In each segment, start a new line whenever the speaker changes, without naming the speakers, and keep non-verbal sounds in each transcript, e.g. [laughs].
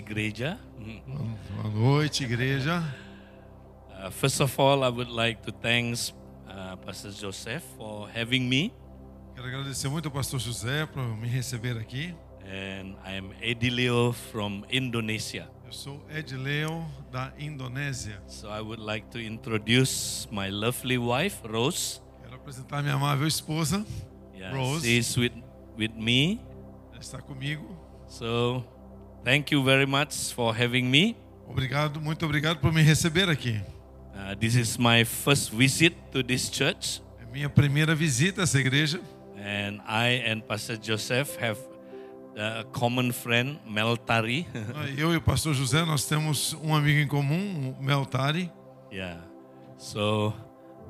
gereja.
Boa noite, igreja.
Uh, first of all, I would like to thank uh, Pastor Joseph for having me,
Quero agradecer muito ao pastor José por me receber aqui.
and I am Edilio from Indonesia.
Eu sou Ed Leon, da Indonésia.
So I would like to introduce my lovely wife, Rose.
Quero apresentar minha amável esposa.
Yeah,
Rose.
She's with, with me.
Ela Está comigo.
So thank you very much for having me.
Obrigado, muito obrigado por me receber aqui.
Uh, this is my first visit to this church,
É minha primeira visita a essa igreja.
and I and Pastor Joseph have uh, a common friend, Mel Tari. [laughs]
Eu e o pastor José, nós temos um amigo em comum, o Meltari.
yeah. So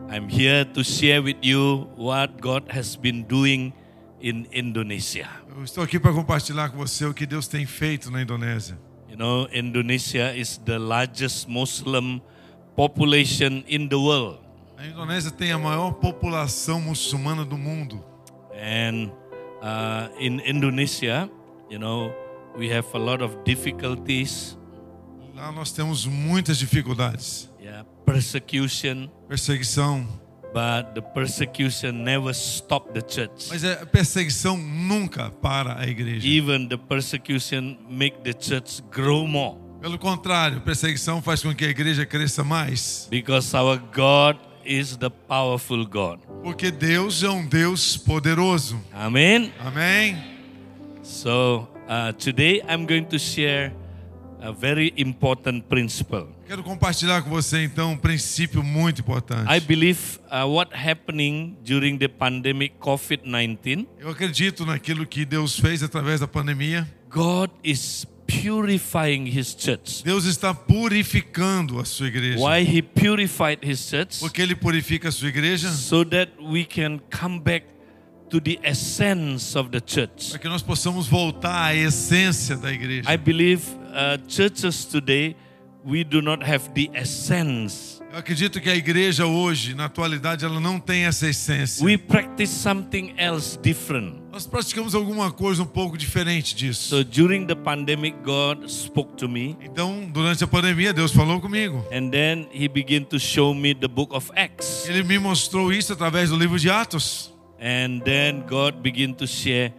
I'm here to share with you what God has been doing in Indonesia.
Eu estou aqui para compartilhar com você o que Deus tem feito na Indonésia.
You know, Indonesia is the largest Muslim population in the world.
A Indonésia tem a maior população muçulmana do mundo.
And uh, in Indonesia, you know, we have a lot of difficulties,
Lá nós temos muitas dificuldades.
yeah, persecution,
Perseguição.
but the persecution never stopped the church.
Mas a perseguição nunca para a igreja.
Even the persecution make the church grow more
Pelo contrário, perseguição faz com que a igreja cresça mais.
because our God is the powerful God.
Porque Deus é um Deus poderoso.
Amen.
Amém?
So uh, today I'm going to share a very important principle.
Quero compartilhar com você então um princípio muito
I
importante.
believe uh, what happening during the pandemic COVID-19
Eu acredito naquilo que Deus fez através da pandemia.
God is purifying his church.
Deus está purificando a sua igreja.
Why he purified his church?
Porque ele purifica a sua igreja
So that we can come back to the essence of the church.
para que nós possamos voltar à essência da igreja.
I believe uh, churches today, we do not have the essence.
Eu acredito que a igreja hoje, na atualidade, ela não tem essa essência.
We practice something else different.
Nós praticamos alguma coisa um pouco diferente disso.
So during the pandemic, God spoke to me.
Então, durante a pandemia, Deus falou comigo.
And then he began to show me the book of Acts.
Ele me mostrou isso através do livro de Atos.
And then God began to share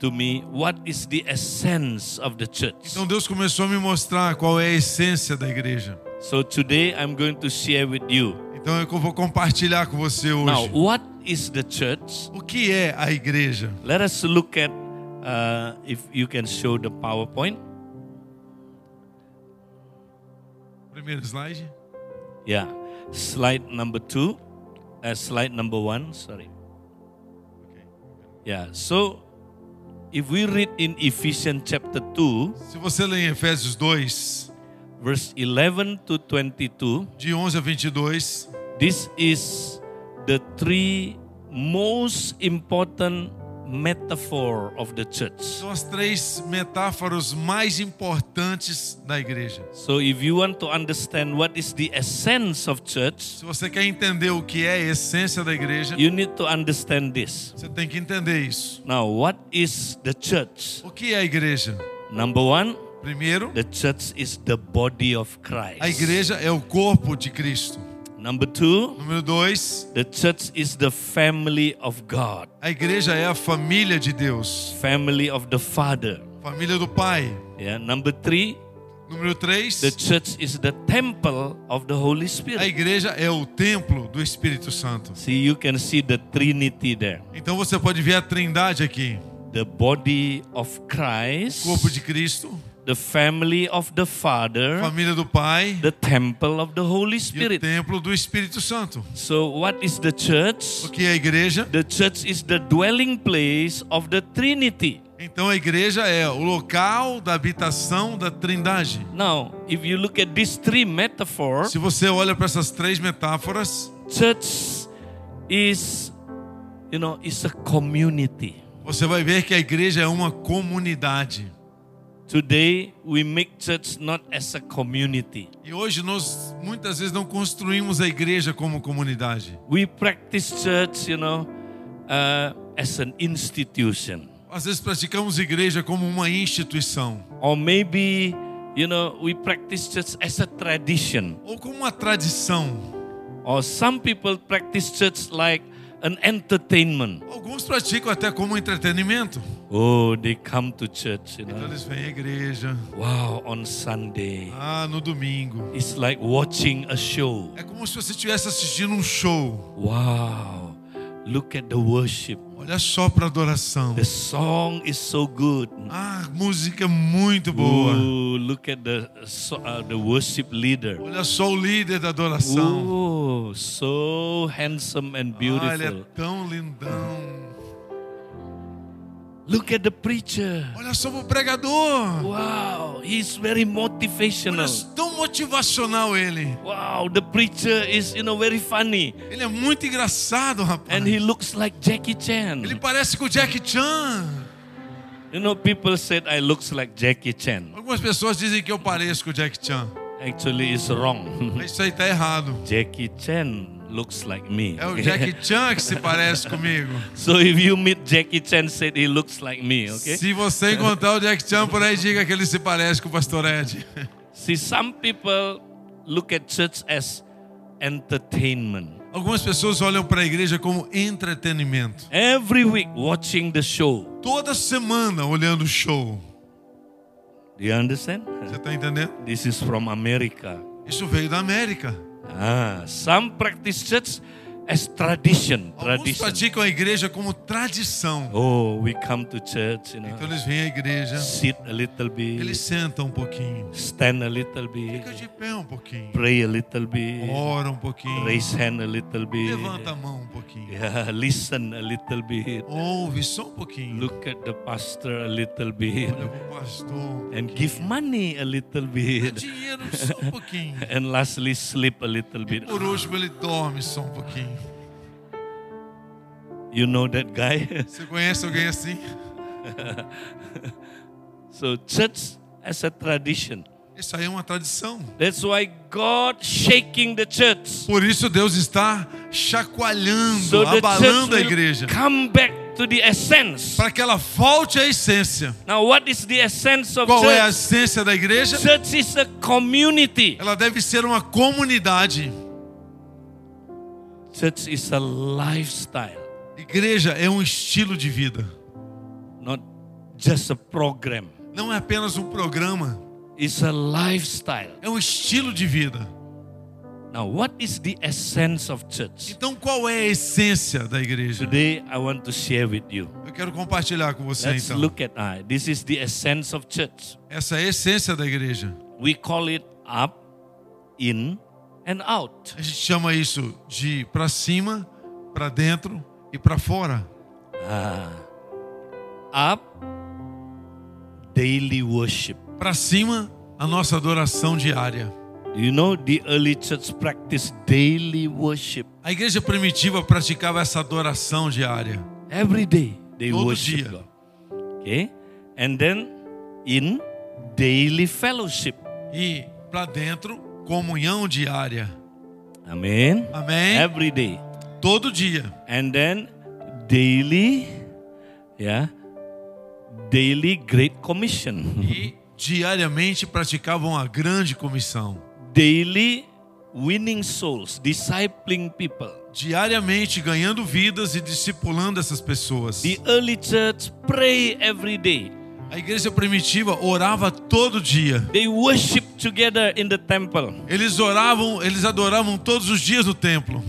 to me what is the essence of the church.
Então, Deus começou a me mostrar qual é a essência da igreja.
So today I'm going to share with you.
Então, eu vou compartilhar com você
Now,
hoje.
what is the church?
O que é a igreja?
Let us look at uh, if you can show the PowerPoint.
Primeiro slide.
Yeah, slide number two, uh, slide number one. Sorry. Yeah. So, if we read in Ephesians chapter two,
Se você ler em Efésios 2,
verse eleven to twenty-two,
de 11 a 22,
This is the three most important metaphor of the church.
são as três metáforas mais importantes da igreja.
So if you want to understand what is the essence of church,
Se você quer entender o que é a essência da igreja,
you need to understand this.
você tem que entender isso.
Now, what is the church?
O que é a igreja?
Number 1,
Primeiro,
the church is the body of
a
Christ.
igreja é o corpo de Cristo.
Number 2,
Número dois,
the church is the family of God,
a igreja é a família de Deus,
family of the Father.
família do Pai.
Yeah, number 3,
Número três,
the church is the temple of the Holy Spirit.
a igreja é o templo do Espírito Santo.
See, you can see the Trinity there.
Então você pode ver a trindade aqui:
The body of Christ,
corpo de Cristo,
the family of the Father,
família do Pai
the temple of the Holy
e o
Spirit.
templo do Espírito Santo.
So, what is the church?
O que é a igreja?
The church is the dwelling place of the Trinity.
Então a igreja é o local da habitação da trindade.
Now, if you look at these three metaphors,
Se você olha para essas três metáforas,
church is, you know, is a community.
você vai ver que a igreja é uma comunidade.
Today, we make church not as a community.
E hoje nós muitas vezes não construímos a igreja como comunidade.
we practice church, you know, uh, as an institution.
Às vezes praticamos igreja como uma instituição.
Or maybe you know, we practice church as a tradition.
Ou como uma tradição.
Or some people practice church like an entertainment.
Alguns praticam até como um entretenimento.
Oh, they come to church, you
Então
know.
eles vêm à igreja.
Wow, on Sunday.
Ah, no domingo.
It's like watching a show.
É como se você estivesse assistindo um show.
Wow, look at the worship.
Olha só pra adoração.
The song is so good.
Ah, música muito boa.
Ooh, look at the so, uh, the worship leader.
Olha só o líder da adoração.
Oh, so handsome and
Ah, ele é
beautiful.
tão lindão.
Look at the preacher.
Olha só pro pregador.
Wow, he's very
Olha,
motivational.
É tão motivacional ele.
Wow, the preacher is you know very funny
Ele é muito engraçado, rapaz.
and he looks like Jackie Chan.
Ele parece com o Jack Chan.
You know people said I looks like Jackie Chan.
Algumas pessoas dizem que eu pareço com o Jack Chan.
Actually it's wrong. [laughs]
Mas isso aí tá errado.
Jackie Chan looks like me.
É o Jack Chan que se parece comigo.
[laughs] so if you meet Jackie Chan said he looks like me, okay?
Se você encontrar o Jack Chan por aí, diga que ele se parece com o Pastor Ed. [laughs]
See, some people look at church as entertainment.
Algumas pessoas olham para a igreja como entretenimento.
Every week watching the show.
Toda semana olhando o show.
Do you understand?
Você tá entendendo?
This is from America.
Isso veio da América.
Ah, some practice church as tradition.
Alguns
Tradition.
praticam a igreja como tradição.
Oh, we come to church, you
Então
know,
eles vêm à igreja,
sit a little
eles
bit,
sentam um pouquinho.
stand a little
Fica
bit, Oh.
de pé um pouquinho.
pray a little bit,
Ora um pouquinho.
raise hand a little bit,
Levanta a mão um pouquinho.
yeah, [laughs] listen a little bit,
Ouve só um pouquinho.
look at the pastor a little bit,
Olha pro pastor.
and give money a little
Dá
bit, [laughs]
dinheiro só um pouquinho.
and lastly sleep a little bit.
Por último, ele dorme só um pouquinho.
You know that guy? [laughs]
Você conhece alguém assim?
so church as a tradition.
Isso aí é uma tradição.
That's why God shaking the church.
Por isso Deus está chacoalhando,
So the church
abalando a
will
igreja.
come back to the essence.
Para que ela volte à essência.
Now what is the essence of
Qual é a
church?
essência da igreja?
Church is a community.
Ela deve ser uma comunidade.
Church is a lifestyle,
Igreja é um estilo de vida.
not just a program.
Não é apenas um programa.
It's a lifestyle.
É um estilo de vida.
Now what is the essence of church?
Então, qual é a essência da igreja?
Today I want to share with you.
Eu quero compartilhar com você
Let's
então.
look at I. This is the essence of church.
Essa é a essência da igreja.
We call it up, in, and out.
A gente chama isso de para cima, para dentro e para fora.
Ah. Up, daily worship.
Para cima, a nossa adoração diária.
Do You know, the early church practiced daily worship.
A igreja primitiva praticava essa adoração diária.
Every day they
Todo
worship
dia.
God. Okay? And then in daily fellowship.
E para dentro, comunhão diária.
Amen.
Amém?
Every day.
Todo dia.
And then daily, yeah, daily great commission. [laughs]
E diariamente praticavam a grande comissão.
daily winning souls, discipling people.
Diariamente ganhando vidas e discipulando essas pessoas.
The early church pray every day.
A igreja primitiva orava todo dia.
They worship together in the temple.
Eles oravam, eles adoravam todos os dias no templo.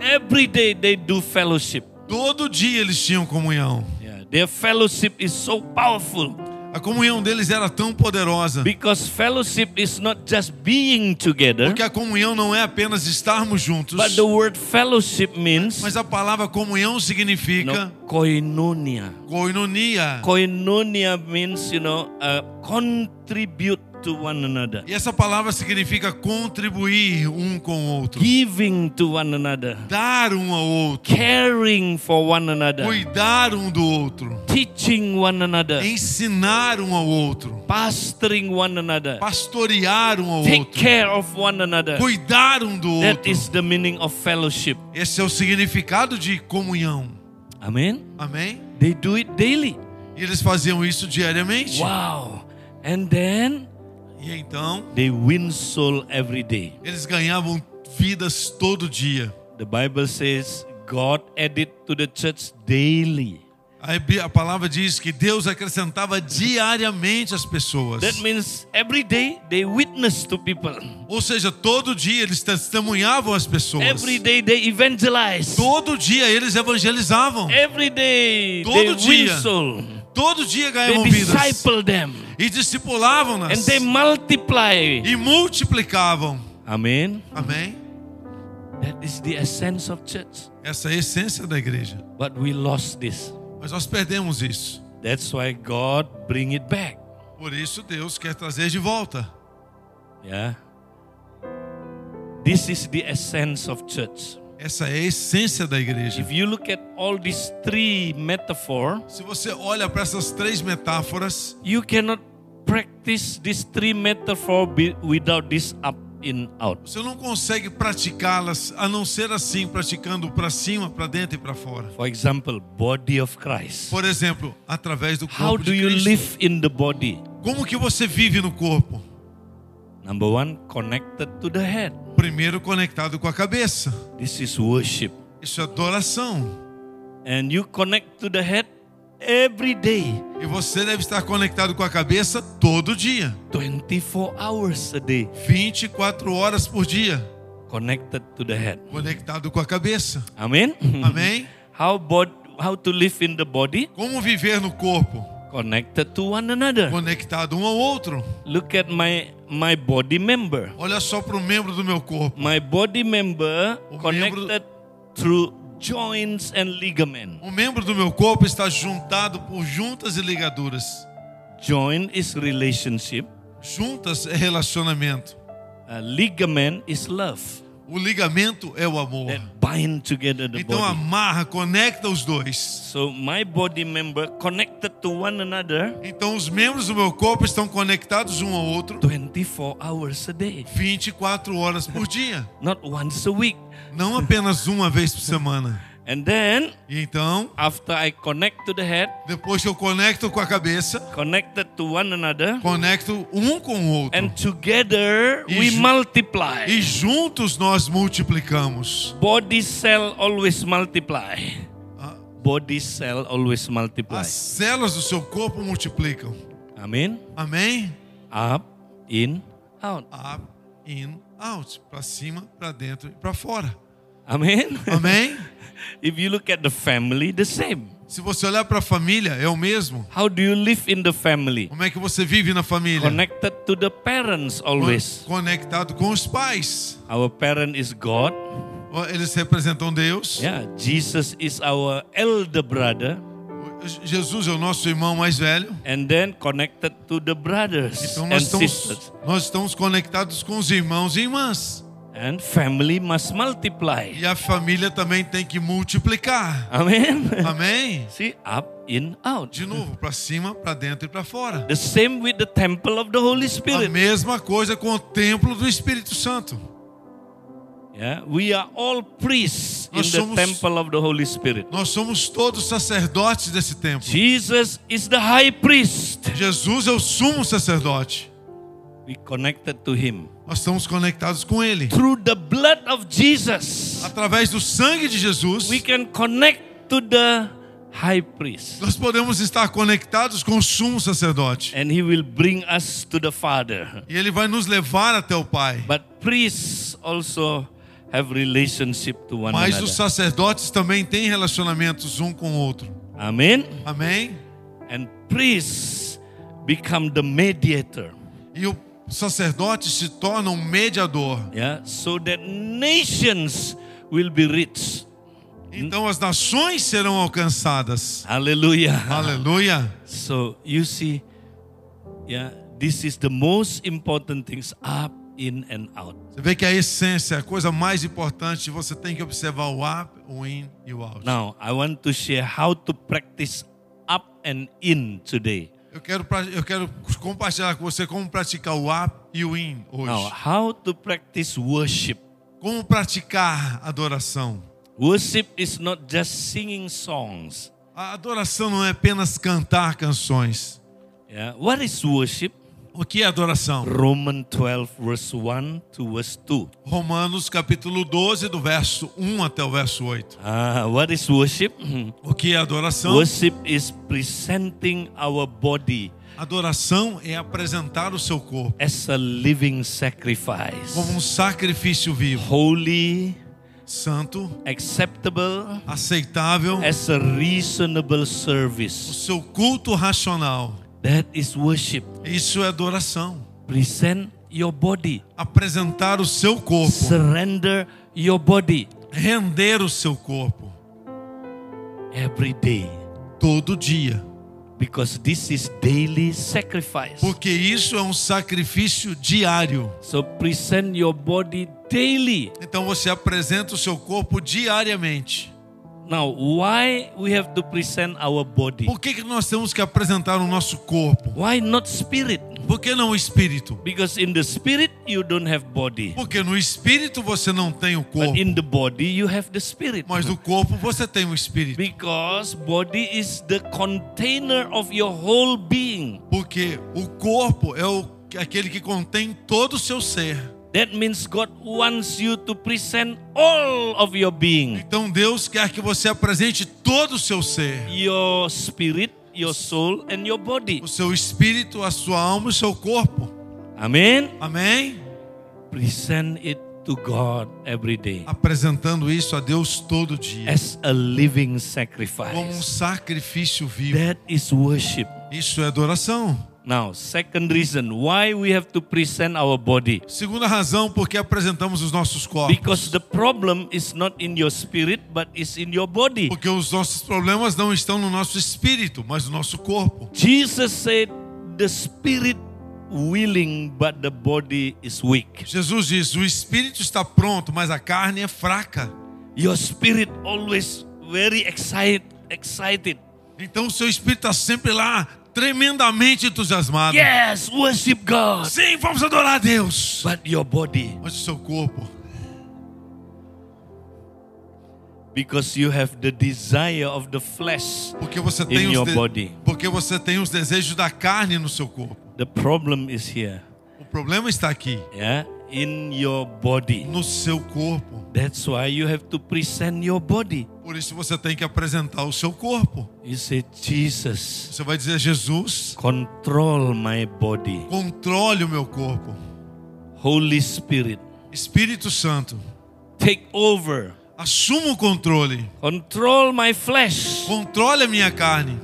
Every day they do fellowship.
Todo dia eles tinham comunhão.
Yeah, their fellowship is so powerful
A comunhão deles era tão poderosa.
because fellowship is not just being together,
Porque a comunhão não é apenas estarmos juntos.
but the word fellowship means
Mas a palavra comunhão
you know,
significa
koinonia.
coinonia.
[laughs] Koinonia means, you know, uh, contribute to one another,
E essa palavra significa contribuir um com o outro.
giving to one another.
Dar um ao outro.
caring for one another,
Cuidar um do outro.
teaching one another,
Ensinar um ao outro.
pastoring one another,
Pastorear um ao
take
outro.
care of one another.
Cuidar um do
That
outro.
is the meaning of fellowship.
Esse é o significado de comunhão.
Amen.
Amém?
They do it daily.
E eles faziam isso diariamente.
Wow. And then
E então,
They win soul every day.
eles ganhavam vidas todo dia.
The Bible says God added to the church daily.
A Bi- A palavra diz que Deus acrescentava diariamente as pessoas.
That means every day they witness to people.
Ou seja, todo dia eles testemunhavam as pessoas.
Every day they evangelize.
Todo dia eles evangelizavam.
Every day they
Todo
win
dia.
soul.
Todo dia
They
ganhavam vidas.
disciple them.
E discipulavam-nas.
And they multiply.
E multiplicavam.
Amen.
Amém?
That is the essence of church.
Essa é a essência da igreja.
But we lost this.
Mas nós perdemos isso.
That's why God bring it back.
Por isso Deus quer trazer de volta.
Yeah. This is the essence of church.
Essa é a essência da igreja.
If you look at all these three metaphor,
Se você olha para essas três metáforas,
you cannot practice these three metaphor be- without this up in out.
você não consegue praticá-las a não ser assim, praticando para cima, para dentro e para fora.
For example, body of Christ.
Por exemplo, através do corpo
How
de
do you
Cristo.
live in the body?
Como que você vive no corpo?
Number one, connected to the head.
Primeiro conectado com a cabeça.
This is worship.
Isso é adoração.
And you connect to the head every day,
E você deve estar conectado com a cabeça todo dia,
24 hours a day,
24 horas por dia,
connected to the head.
conectado com a cabeça.
Amen. [laughs]
Amém?
How bod- how to live in the body?
Como viver no corpo?
Connected to one another.
Conectado um ao outro.
Look at my my body member.
Olha só para o membro do meu corpo.
My body member
O
connected through joints and ligament.
O membro do meu corpo está juntado por juntas e ligaduras.
Joint is relationship.
Juntas é relacionamento.
Uh, ligament is love
O ligamento é o amor.
that bind together the
Então
body.
amarra, conecta os dois.
So my body member connected to one another
Então os membros do meu corpo estão conectados um ao outro
24 hours a day,
24 horas por dia,
not once a week.
não apenas uma vez por semana.
And then
E então,
after I connect to the head,
depois que eu conecto com a cabeça,
connected to one another,
conecto um com o outro.
and together
E
we
ju-
multiply.
E juntos nós multiplicamos.
Body cell always multiply.
Ah.
Body cell always multiply.
As células do seu corpo multiplicam.
Amen.
Amém?
Up, in, out.
Up, in, out. Para cima, para dentro e para fora. [laughs]
Amen. [laughs]
Amém?
if you look at the family, the same.
Se você olhar para a família, é o mesmo.
How do you live in the family?
Como é que você vive na família?
Connected to the parents
Hmm.
always.
Conectado com os pais.
Our parent is God.
Ó, Eles representam Deus.
Yeah, Jesus is our elder brother,
Jesus é o nosso irmão mais velho.
and then connected to the brothers
Então
and
nós estamos,
sisters.
nós estamos conectados com os irmãos e irmãs.
And family must multiply.
E a família também tem que multiplicar. Uh,
Amen.
Amém?
See, up, in, out.
De novo, para cima, para dentro e para fora.
The same with the temple of the Holy
A
Spirit.
mesma coisa com o templo do Espírito Santo.
Yeah, we are all priests in
Nós
the
somos-
temple of the Holy Spirit.
Nós somos todos sacerdotes desse templo.
Jesus is the high priest.
Jesus é o sumo sacerdote.
We connected to him
Nós estamos conectados com ele.
through the blood of Jesus.
Através do sangue de Jesus,
We can connect to the high priest
nós podemos estar conectados com o sumo sacerdote.
and he will bring us to the Father.
E ele vai nos levar até o Pai.
But priests also have relationship to one
Mas os
another.
sacerdotes também têm relacionamentos um com o outro.
Amen.
Amém?
And priests become the mediator.
E o sacerdote se torna um mediador.
Yeah, so that nations will be rich.
Então as nações serão alcançadas.
Hallelujah.
Aleluia.
So you see, yeah, this is the most important things up, in, and out.
Você vê que a essência, a coisa mais importante, você tem que observar o up, o in e o out.
Now I want to share how to practice up and in today.
Eu quero, pra- eu quero compartilhar com você como praticar o up e o in hoje.
Now, how to practice worship.
Como praticar adoração.
Worship is not just singing songs.
A adoração não é apenas cantar canções.
Yeah. What is worship?
O que é adoração?
Romans 12, verse 1 to verse 2.
Romanos capítulo 12, do verso 1 até o verso 8.
Ah, what is worship?
O que é adoração?
worship is presenting our body
Adoração é apresentar o seu corpo
as a living sacrifice,
como um sacrifício vivo,
holy,
santo,
acceptable,
aceitável,
as a reasonable
o
service.
seu culto racional.
That is worship.
Isso é adoração.
Present your body,
Apresentar o seu corpo,
surrender your body
render o seu corpo
every day
todo dia,
because this is daily sacrifice.
porque isso é um sacrifício diário.
So present your body daily.
Então você apresenta o seu corpo diariamente.
Now, why we have to present our body?
Por que, que nós temos que apresentar o nosso corpo?
Why not spirit?
Por que não o espírito?
Because in the spirit you don't have body.
Porque no espírito você não tem o
But
corpo,
in the body you have the spirit.
mas no corpo você tem o espírito.
Because body is the container of your whole being.
Porque o corpo é o, aquele que contém todo o seu ser.
That means God wants you to present all of your being.
Então Deus quer que você apresente todo o seu ser:
Your spirit, your soul and your body.
o seu espírito, a sua alma e o seu corpo.
Amen.
Amém?
Present it to God every day
Apresentando isso a Deus todo dia,
as a living
como um
sacrifice.
sacrifício vivo.
That is worship.
Isso é adoração.
Now, second reason why we have to present our body.
Segunda razão por que apresentamos os nossos corpos.
Because the problem is not in your spirit, but is in your body.
Porque os nossos problemas não estão no nosso espírito, mas no nosso corpo.
Jesus said, The spirit willing, but the body is weak.
Jesus diz: o espírito está pronto, mas a carne é fraca.
Your spirit always very excited, excited.
Então o seu espírito está sempre lá, tremendamente entusiasmado.
Yes, worship God.
Sim, vamos adorar a Deus.
But your body,
Mas o seu corpo,
because you have the desire of the flesh,
porque você
In
tem os
your body.
porque você tem os desejos da carne no seu corpo.
the problem is here.
O problema está aqui,
Yeah, in your body.
no seu corpo.
That's why you have to present your body.
Por isso você tem que apresentar o seu corpo.
You say, Jesus,
Você vai dizer: Jesus,
control my body.
controle o meu corpo.
Holy Spirit,
Espírito Santo,
take over.
assuma o controle.
Control my flesh.
Controle a minha carne.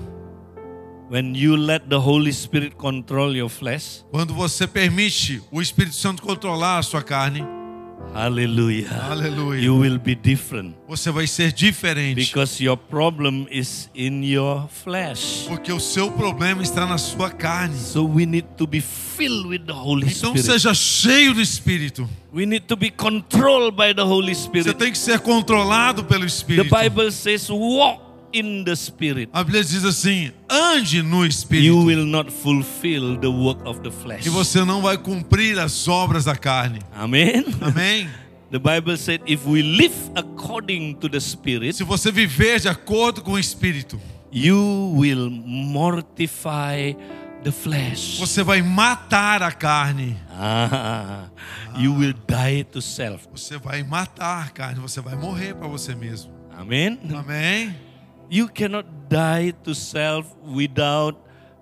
When you let the Holy Spirit control your flesh,
Quando você permite o Espírito Santo controlar a sua carne,
hallelujah.
Hallelujah.
You will be different
você vai ser diferente.
because your problem is in your flesh.
Porque o seu problema está na sua carne.
So we need to be filled with the Holy
Então
Spirit.
seja cheio do Espírito.
We need to be controlled by the Holy
Você
Spirit.
tem que ser controlado pelo
The
Espírito.
Bible says, walk in the Spirit.
A Bíblia diz assim: ande no
You
Espírito.
will not fulfill the work of the flesh.
E você não vai cumprir as obras da carne.
Amen.
Amém?
The Bible said, if we live according to the Spirit,
Se você viver de acordo com o Espírito,
you will mortify the flesh.
você vai matar a carne.
Ah, you will die to self.
Você vai matar a carne. Você vai morrer para você mesmo.
Amen.
Amém?
You cannot die to self without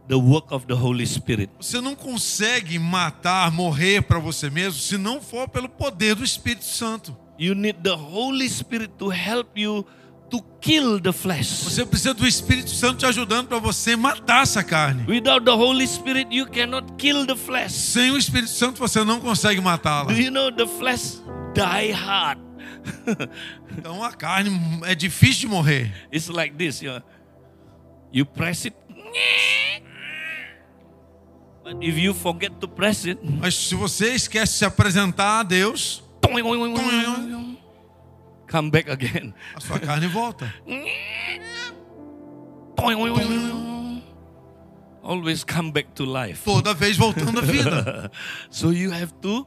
the work of the Holy Spirit.
Você não consegue matar, morrer para você mesmo, se não for pelo poder do Espírito Santo.
You need the Holy Spirit to help you to kill the flesh.
Você precisa do Espírito Santo te ajudando para você matar essa carne.
Without the Holy Spirit, you cannot kill the flesh.
Sem o Espírito Santo você não consegue matá-la.
Do you know the flesh die hard? [laughs]
Então a carne é difícil de morrer.
it's like this, you know. You press it. But if you forget to press it,
Mas se você esquece de se apresentar a Deus,
come back again. [laughs]
a sua carne volta.
Always come back to life.
Toda vez voltando à vida.
so you have to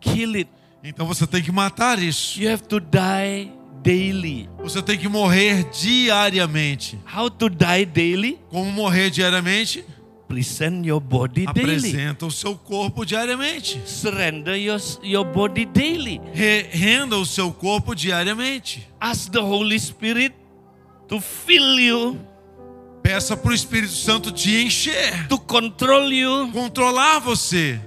kill it.
Então você tem que matar isso.
You have to die daily.
Você tem que morrer diariamente.
How to die daily?
Como morrer diariamente?
present your body daily.
Apresenta o seu corpo diariamente.
Surrender your, your body daily.
Re- Renda o seu corpo diariamente.
Ask the Holy Spirit to fill you,
Peça para o Espírito Santo te encher,
to control you,
controlar você,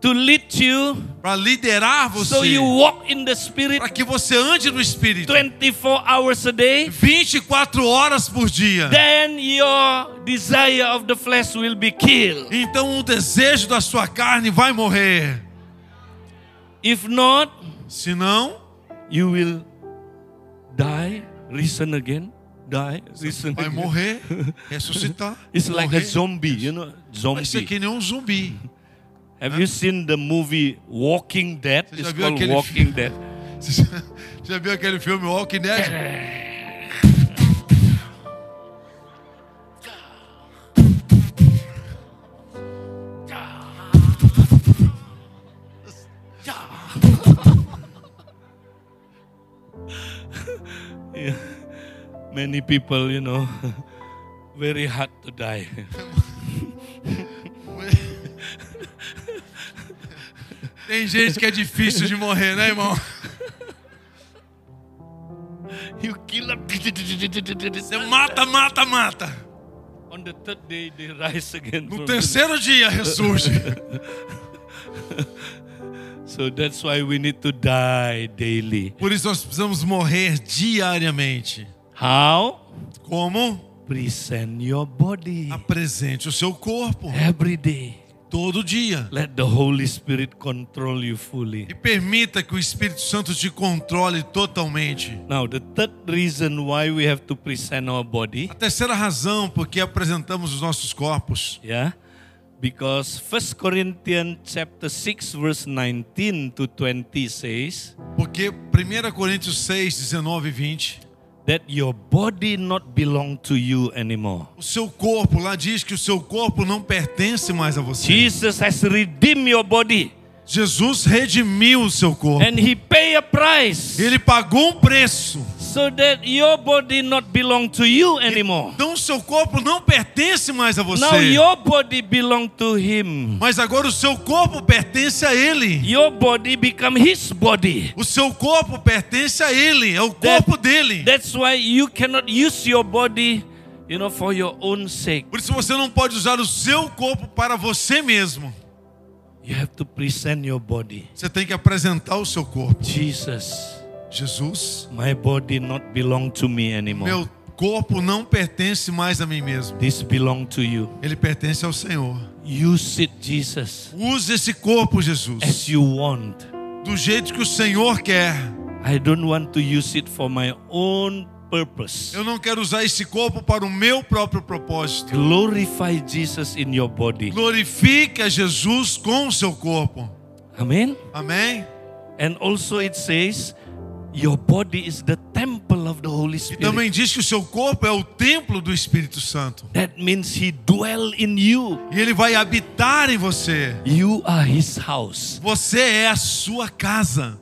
to lead you,
para liderar você,
so you é- walk in the Spirit
para que você ande no Espírito
24 hours a day.
24 horas por dia.
Then your desire of the flesh will be killed.
Então o desejo da sua carne vai morrer.
If not,
Se não,
you will die, reason again, die, reason [laughs]
vai
again.
morrer, ressuscitar.
It's like a
morrer.
zombie, you know,
Vai ser
zombie.
que nem um zumbi.
Have you seen the movie Walking Dead?
Você já
It's
viu
called
aquele
Walking Dead.
Você já- já viu aquele filme Walking Dead?
Yeah. Many people, you know, [laughs] very hard to die.
Tem gente que é difícil de morrer, né, irmão?
[laughs] You kill them.
Você mata, mata, mata.
[laughs] On the third day, they rise again.
No
from the-
terceiro dia ressurge.
So that's why we need to die daily.
Por isso nós precisamos morrer diariamente.
How?
Como?
Present your body
Apresente o seu corpo
every day.
todo dia.
Let the Holy Spirit control you fully.
E permita que o Espírito Santo te controle totalmente.
Now, the third reason why we have to present our body,
A terceira razão por que apresentamos os nossos corpos
yeah, because 1 Corinthians chapter 6 verse 19 to 20 says
Porque 1 Coríntios 6, 19 e 20,
that your body not belong to you anymore.
o seu corpo, lá diz que o seu corpo não pertence mais a você.
Jesus has redeemed your body
Jesus redimiu o seu corpo.
and he paid a price
Ele pagou um preço.
so that your body not belong to you anymore.
Então o seu corpo não pertence mais a
Now
você.
your body belong to him.
Mas agora o seu corpo pertence a ele.
Your body become his body.
O seu corpo pertence a ele. É o corpo dele.
That's why you cannot use your body, you know, for your own sake.
Por isso você não pode usar o seu corpo para você mesmo.
You have to present your body.
Você tem que apresentar o seu corpo.
Jesus,
Jesus,
my body not belong to me anymore.
meu corpo não pertence mais a mim mesmo.
This belong to you.
Ele pertence ao Senhor.
Use it, Jesus,
Use esse corpo, Jesus,
as you want.
do jeito que o Senhor quer.
I don't want to use it for my own purpose.
Eu não quero usar esse corpo para o meu próprio propósito.
Glorify Jesus in your body.
Glorifique a Jesus com o seu corpo.
Amen.
Amém?
And also it says your body is the temple of the Holy
E
Spirit.
também diz que o seu corpo é o templo do Espírito Santo.
That means he dwell in you.
E ele vai habitar em você.
You are his house.
Você é a sua casa.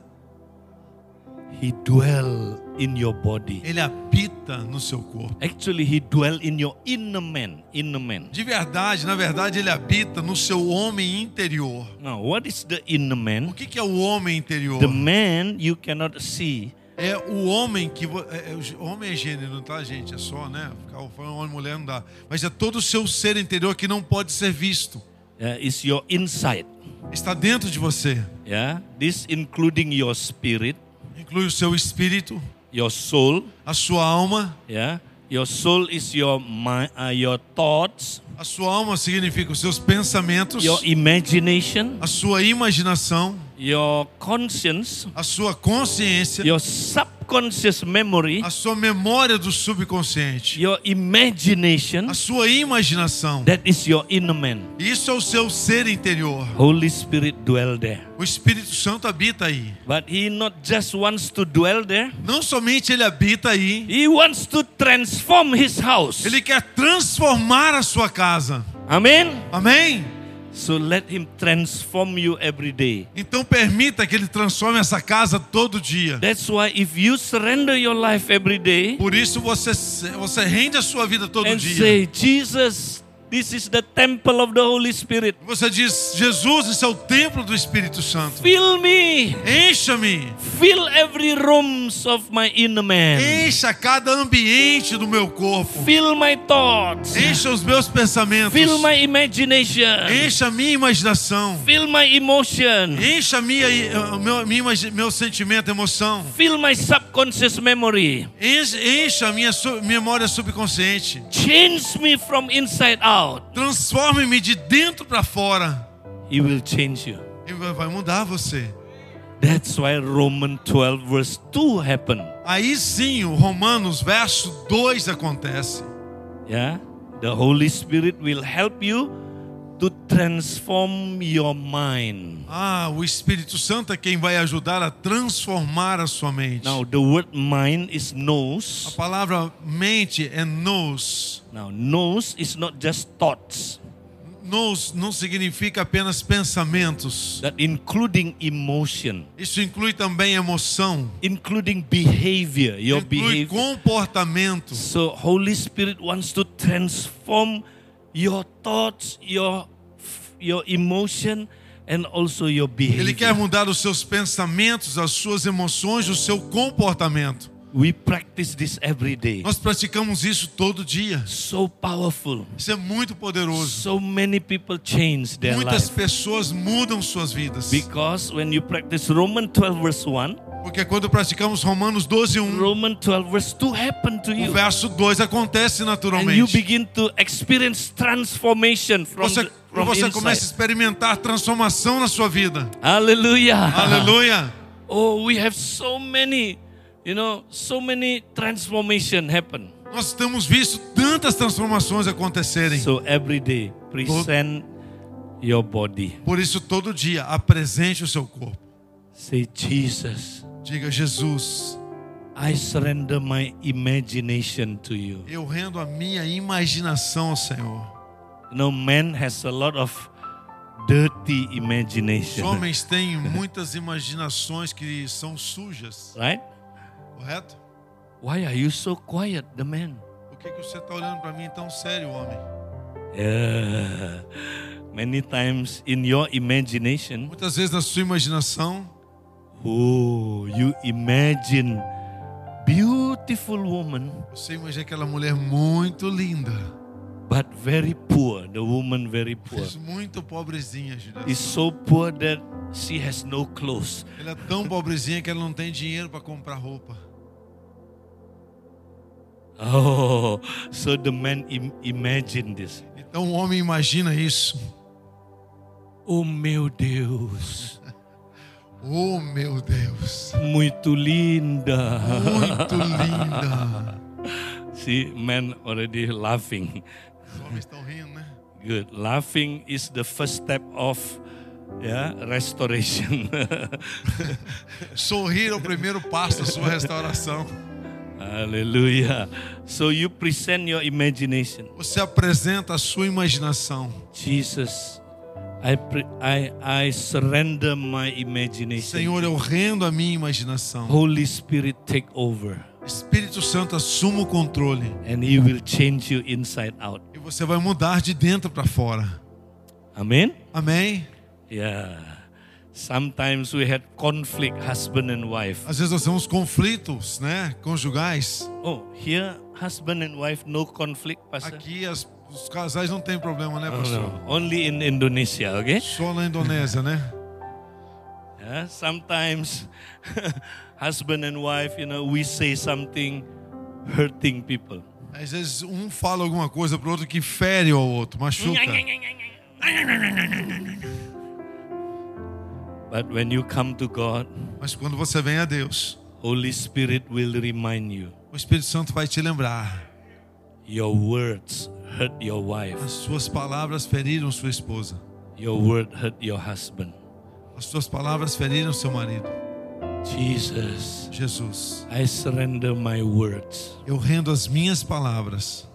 He dwell in your body.
Ele habita no seu corpo.
Actually, he dwell in your inner man, inner man.
De verdade, na verdade, ele habita no seu homem interior.
Now, what is the inner
O
man?
que que é o homem interior?
The man you cannot see.
É o homem que. vo- É, é o gê- homem é gênero, tá, gente? É só, né? Ficar foi homem e mulher não dá. Mas é todo o seu ser interior que não pode ser visto.
Uh, is your inside.
Está dentro de você.
Yeah, this including your spirit,
Inclui o seu espírito,
your soul.
a sua alma.
Yeah, your soul is your mind, uh, your thoughts,
A sua alma significa os seus pensamentos,
your imagination,
a sua imaginação,
your conscience,
a sua consciência,
your subconscious memory,
a sua memória do subconsciente,
your imagination.
a sua imaginação.
That is your inner man.
Isso é o seu ser interior.
Holy Spirit dwell there.
O Espírito Santo habita aí.
But he not just wants to dwell there.
Não somente ele habita aí,
He wants to transform his house.
ele quer transformar a sua casa.
Amen.
Amém?
So let him transform you every day.
Então permita que ele transforme essa casa todo dia.
That's why if you surrender your life every day
Por isso você, você rende a sua vida todo
and
dia.
say, Jesus, This is the temple of the Holy Spirit.
Você diz, Jesus, esse é o templo do Espírito Santo.
Fill me.
Encha-me.
Fill every rooms of my inner man.
Encha cada ambiente do meu corpo.
Fill my thoughts.
Encha os meus pensamentos.
Fill my imagination.
Encha a minha imaginação.
Fill my emotion.
Encha a minha, o meu, minha imagi- meu sentimento, emoção.
Fill my subconscious memory.
Encha- Encha a minha su- memória subconsciente.
Change me from inside out.
Transforme-me de dentro para fora.
He will change you.
E vai vai mudar você.
That's why Romans 12 verse 2 happened.
Aí sim, o Romanos verso 2 acontece.
Yeah. The Holy Spirit will help you to transform your mind.
Ah, o Espírito Santo é quem vai ajudar a transformar a sua mente.
Now the word mind is
A
nose.
palavra mente é nous.
Now nose is not just thoughts.
Nous não significa apenas pensamentos.
That including emotion,
Isso inclui também emoção,
including behavior, your
inclui
behavior.
comportamento.
So Holy Spirit wants to transform your thoughts, your your emotion and also your
Ele quer
behavior.
mudar os seus pensamentos, as suas emoções, o seu comportamento.
We practice this every day.
Nós praticamos isso todo dia.
So powerful.
Isso é muito poderoso.
So many people change their
Muitas
life.
pessoas mudam suas vidas.
Because when you practice Romans 12 verse 1,
Porque quando praticamos Romanos 12, 1,
Romans 12 verse 2 happen to
o
you.
verso 2 acontece
And you
naturalmente.
begin to experience transformation from,
Você,
the- from
você começa a
inside.
experimentar transformação na sua vida.
Hallelujah.
Aleluia!
Oh, we have so many, you know, so many transformation happen.
Nós temos visto tantas transformações acontecerem.
So every day present your body.
Por isso, todo dia, apresente o seu corpo.
Say Jesus,
Diga, Jesus,
I surrender my imagination to you.
eu rendo a minha imaginação ao Senhor.
You know, man has a lot of dirty
Os
imagination,
homens têm muitas imaginações que são sujas,
right?
correto?
Why are you so quiet, the man?
Por que, que você está olhando para mim tão sério, homem?
Yeah. Many times in your imagination,
Muitas vezes na sua imaginação,
oh, you imagine beautiful woman,
você imagina aquela mulher muito linda,
but very poor. The woman very poor.
mas muito pobrezinha, Juliana.
Is so poor that she has no clothes.
Ela é tão pobrezinha que ela não tem dinheiro para comprar roupa.
Oh, so the man im- imagine this.
Então o homem imagina isso.
Oh meu Deus,
Oh meu Deus,
muito linda.
muito linda.
See, men already laughing.
Os homens estão rindo, né?
Good. Laughing is the first step of yeah, restoration. [laughs]
Sorrir é o primeiro passo da sua restauração.
Hallelujah. So you present your imagination.
Você apresenta a sua imaginação.
Jesus, I pre- I I surrender my imagination.
Senhor, eu rendo a minha imaginação.
Holy Spirit take over
Espírito Santo, assuma o controle.
and he will change you inside out.
E você vai mudar de dentro para fora.
Amen.
Amém?
Yeah. Sometimes we had conflict husband and wife.
Às vezes nós temos conflitos, né? Conjugais.
Oh, here husband and wife no conflict, pastor.
Aqui as- os casais não tem problema, né,
No,
pastor?
no. Only in Indonesia, okay?
Só na Indonésia, né?
Yeah, sometimes [laughs] husband and wife, you know, we say something hurting people.
Às vezes um fala alguma coisa pro outro que fere ao outro, machuca.
[laughs] But when you come to God,
Mas quando você vem a Deus,
Holy Spirit will remind you.
o Espírito Santo vai te lembrar.
Your words hurt your
As
wife.
suas palavras feriram sua esposa.
Your word hurt your husband.
As suas palavras feriram seu marido.
Jesus,
Jesus,
I surrender my words.
eu rendo as minhas palavras.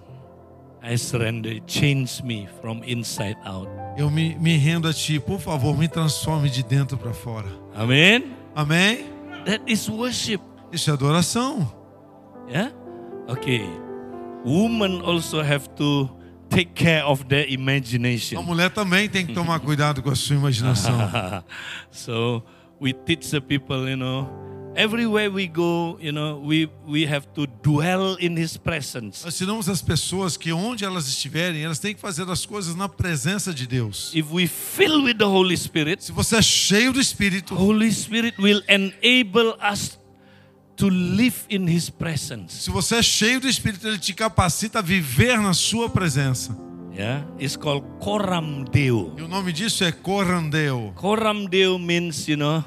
I surrender. Change me from inside out.
Eu me, me rendo a ti. Por favor, me transforme de dentro para fora.
Amen.
Amém?
That is worship.
Isso é adoração.
Yeah? Okay. Women also have to take care of their imagination.
A mulher também tem que tomar cuidado com a sua imaginação.
so we teach the people, you know, everywhere we go, you know, we we have to dwell in His presence.
Nós ensinamos as pessoas que onde elas estiverem, elas têm que fazer as coisas na presença de Deus.
If we fill with the Holy Spirit,
Se você é cheio do Espírito,
Holy Spirit will enable us to live in His presence.
se você é cheio do Espírito, ele te capacita a viver na sua presença.
Yeah, it's called coram deo.
E o nome disso é corandeu.
Coram deo means you know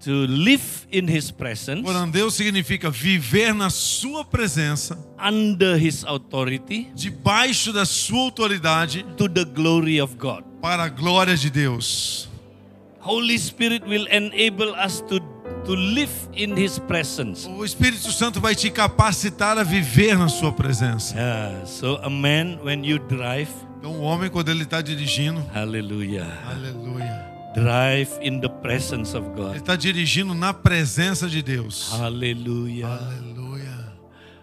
to live in His presence
Corandeu significa viver na sua presença,
under His authority
debaixo da sua autoridade,
to the glory of God.
para a glória de Deus.
Holy Spirit will enable us to, to live in His presence.
O Espírito Santo vai te capacitar a viver na sua presença.
Yeah, so, a man, when you drive,
Então, o homem, quando ele está dirigindo,
hallelujah,
aleluia,
drive in the presence of
ele
God.
está dirigindo na presença de Deus.
Hallelujah.
Aleluia.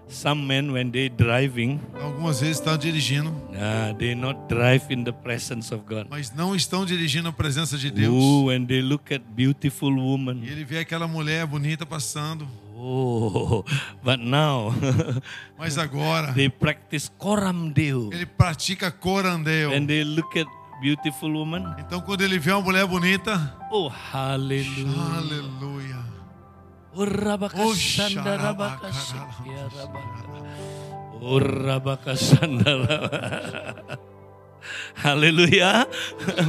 Some men, when they driving,
Algumas vezes estão dirigindo,
ah, they not drive in the presence of God.
mas não estão dirigindo a presença de Deus.
Ooh, when they look at beautiful
E
woman.
ele vê aquela mulher bonita passando,
Oh, but now [laughs]
mas agora
they practice coram deo.
ele pratica corandeu.
When they look at beautiful woman,
Então, quando ele vê uma mulher bonita,
oh, hallelujah.
aleluia.
Hallelujah. [laughs]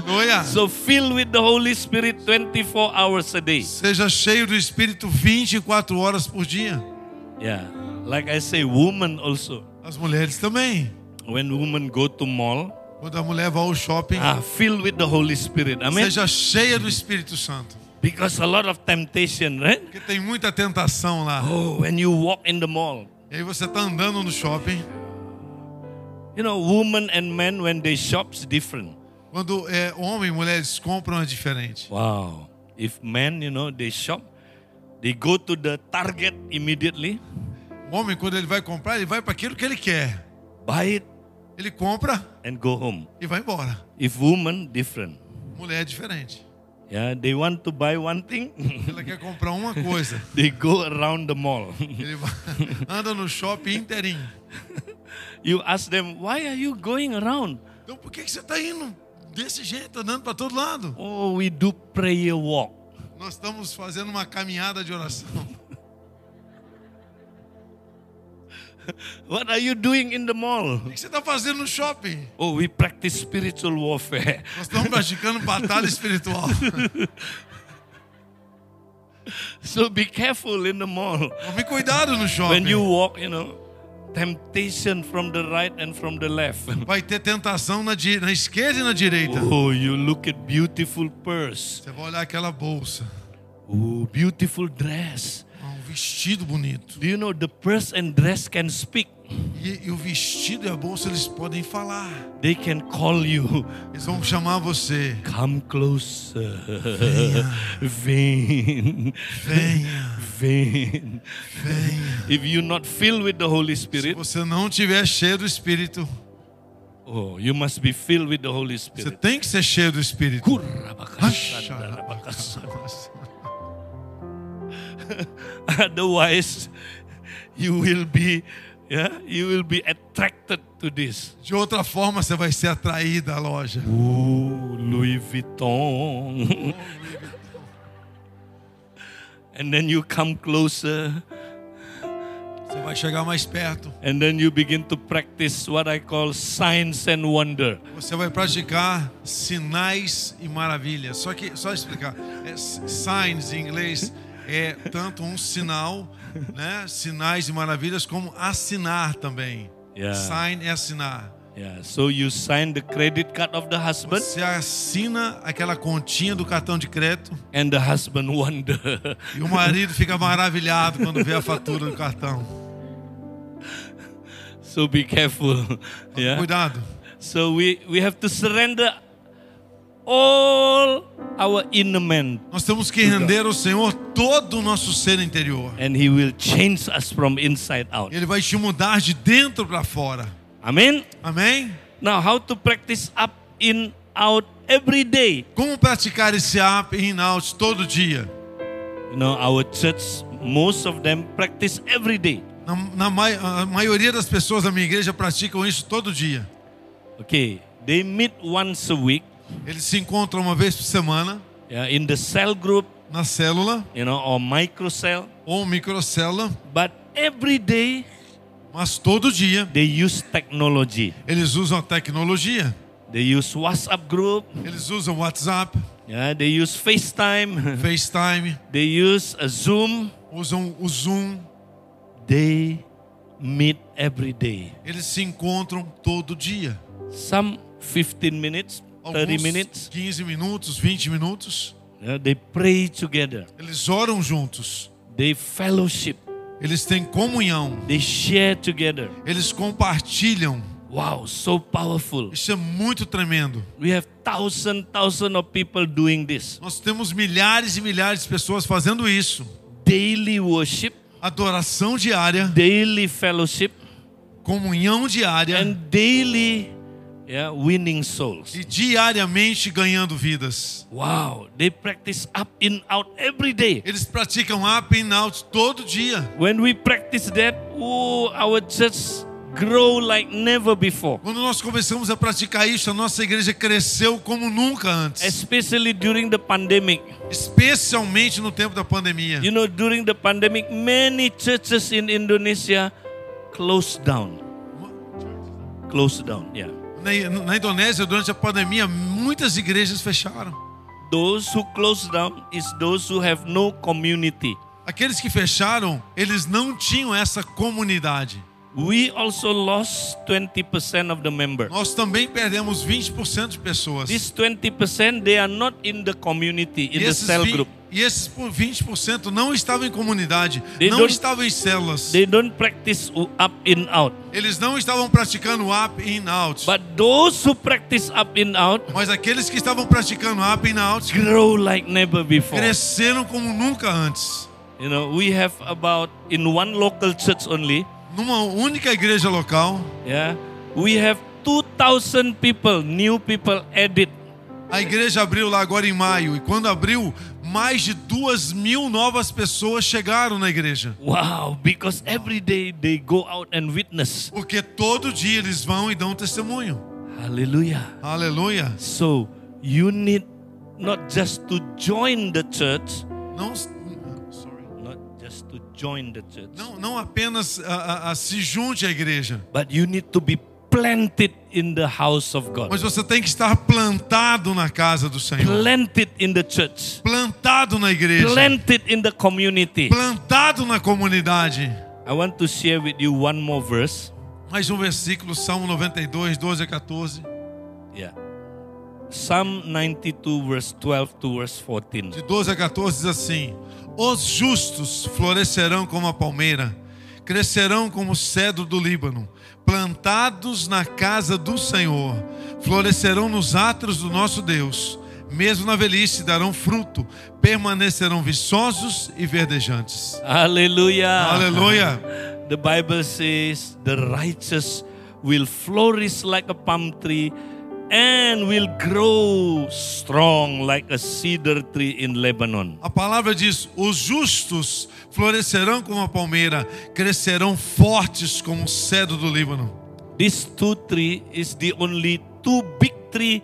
Aleluia.
So filled with the Holy Spirit 24 hours a day.
Seja cheio do Espírito 24 horas por dia.
Yeah. Like I say, woman also.
As mulheres também.
When women go to mall,
Quando a mulher vai ao shopping,
ah, filled with the Holy Spirit. Amen.
seja cheia do Espírito Santo.
Because a lot of temptation, right?
Porque tem muita tentação lá.
Oh, when you walk in the mall.
E aí você tá andando no shopping.
You know, women and men when they shops different.
Quando é homem e mulheres compram é diferente.
Wow. If men, you know, they shop, they go to the target immediately,
O homem, quando ele vai comprar, ele vai para aquilo que ele quer.
buy it,
Ele compra
and go home.
e vai embora.
If women, different.
Mulher é diferente.
Yeah, they want to buy one thing, [laughs]
Ela quer comprar uma coisa.
they go around the mall. [laughs]
Ele vai- [laughs] anda no shopping inteirinho.
you ask them, why are you going around?
Então por que, que você tá indo desse jeito, andando para todo lado?
Oh, we do prayer walk.
Nós estamos fazendo uma caminhada de oração.
What are you doing in the mall?
O que, que você tá fazendo no shopping?
Oh, we practice spiritual warfare. [laughs]
Nós estamos praticando batalha espiritual.
So be careful in the mall.
Tome cuidado no shopping.
When you walk, you know, temptation from the right and from the left. [laughs]
Vai ter tentação na, di- na esquerda e na direita.
Oh, you look at beautiful purse.
Você vai olhar aquela bolsa.
Oh, beautiful dress.
Ah, Um vestido bonito.
Do you know the purse and dress can speak?
E, e o vestido e a bolsa eles podem falar.
They can call you.
Eles vão chamar você.
Come closer. Vain.
Venha,
Vain.
venha.
If you're not filled with the Holy
Se
Spirit,
você não tiver cheio do Espírito,
oh, you must be filled with the Holy
você [laughs]
Spirit.
tem que ser cheio do Espírito.
Kurabakashandarabakasa. Otherwise, you will be, yeah, you will be attracted to this.
De outra forma, você vai ser atraído à loja.
Ooh, Louis Vuitton. [laughs] and then you come closer,
Você vai chegar mais perto.
and then you begin to practice what I call science and wonder.
Você vai praticar sinais e maravilhas. Só que, só explicar, é, s- signs em inglês é tanto um sinal, né? Sinais e maravilhas, como assinar também.
Yeah.
Sign é assinar.
Yeah, so you sign the credit card of the husband,
Você assina aquela continha do cartão de crédito
and the husband [laughs] wonder.
e o marido fica maravilhado quando vê a fatura do cartão.
so be careful. [laughs] Yeah.
Cuidado.
So we, we have to surrender all our inner man
Nós temos que render ao Senhor todo o nosso ser interior.
and he will change us from inside out.
Ele vai te mudar de dentro para fora.
Amen.
Amém?
Now, how to practice up, in, out every day?
Como praticar esse up e in-out todo dia?
You know, our church, most of them practice every day.
Na, na mai- a maioria das pessoas da minha igreja praticam isso todo dia.
Okay, they meet once a week
Eles se encontram uma vez por semana
yeah, in the cell group,
na célula
you know, or microcell.
ou microcélula,
But every day
mas todo dia
they use technology.
eles usam a tecnologia.
They use WhatsApp group.
Eles usam WhatsApp,
Yeah, they use FaceTime. [laughs]
FaceTime,
they use a Zoom.
usam o Zoom.
They meet every day.
Eles se encontram todo dia.
Some 15 minutes, 30
Alguns
minutes.
15 minutos, 20 minutos.
Yeah, they pray together.
Eles oram juntos.
They fellowship.
Eles têm comunhão.
They share together.
Eles compartilham.
Wow, so powerful.
Isso é muito tremendo.
We have thousand, thousand of people doing this.
Nós temos milhares e milhares de pessoas fazendo isso.
Daily worship,
Adoração diária,
daily fellowship,
comunhão diária
and daily yeah, winning souls.
e diariamente ganhando vidas.
Wow, they practice up in out every day.
Eles praticam up and out todo dia.
When we practice that, oh, our church grow like never before.
Quando nós começamos a praticar isso, a nossa igreja cresceu como nunca
É
antes,
Especially during the pandemic.
especialmente no tempo da pandemia.
You know, during the pandemic, many churches in Indonesia closed down. Closed down, yeah.
Na, na Indonésia, durante a pandemia, muitas igrejas fecharam.
Those who closed down is those who have no community.
Aqueles que fecharam, eles não tinham essa comunidade.
We also lost 20% of the member.
Nós também perdemos 20% de pessoas.
This 20% they are not in the community, in
e,
the
esses
cell
vi-
group.
e esses por 20% não estavam em comunidade,
They
não
don't-
estavam em células.
They don't practice up in out.
Eles não estavam praticando up in out.
But those who practice up in out
Mas aqueles que estavam praticando up in out
grow like never before.
cresceram como nunca antes.
You know, we have about in one local church only,
Numa única igreja local,
yeah, we have 2000 people, new people added.
a igreja abriu lá agora em maio. E quando abriu, mais de duas mil novas pessoas chegaram na igreja.
Wow, because every day they go out and witness.
Porque todo dia eles vão e dão testemunho.
Hallelujah.
Aleluia.
So, you need not just to join the church,
Não, sorry.
not just to join the church,
não, não apenas a, a- a se junte à igreja,
but you need to be planted in the house of God.
mas você tem que estar plantado na casa do Senhor.
Planted in the church.
Plantado na igreja.
planted in the community.
Plantado na comunidade.
I want to share with you one more verse.
Mais um versículo, Salmo 92, 12 a 14.
Yeah. Psalm 92, verse 12 to verse 14.
De 12 a 14 diz assim: Os justos florescerão como a palmeira, crescerão como o cedro do Líbano, plantados na casa do Senhor, florescerão nos átrios do nosso Deus. Mesmo na velhice darão fruto, permanecerão viçosos e verdejantes.
Hallelujah.
Aleluia!
The Bible says the righteous will flourish like a palm tree and will grow strong like a cedar tree in Lebanon.
A palavra diz: os justos florescerão como a palmeira, crescerão fortes como o cedro do Líbano.
This two tree is the only two big tree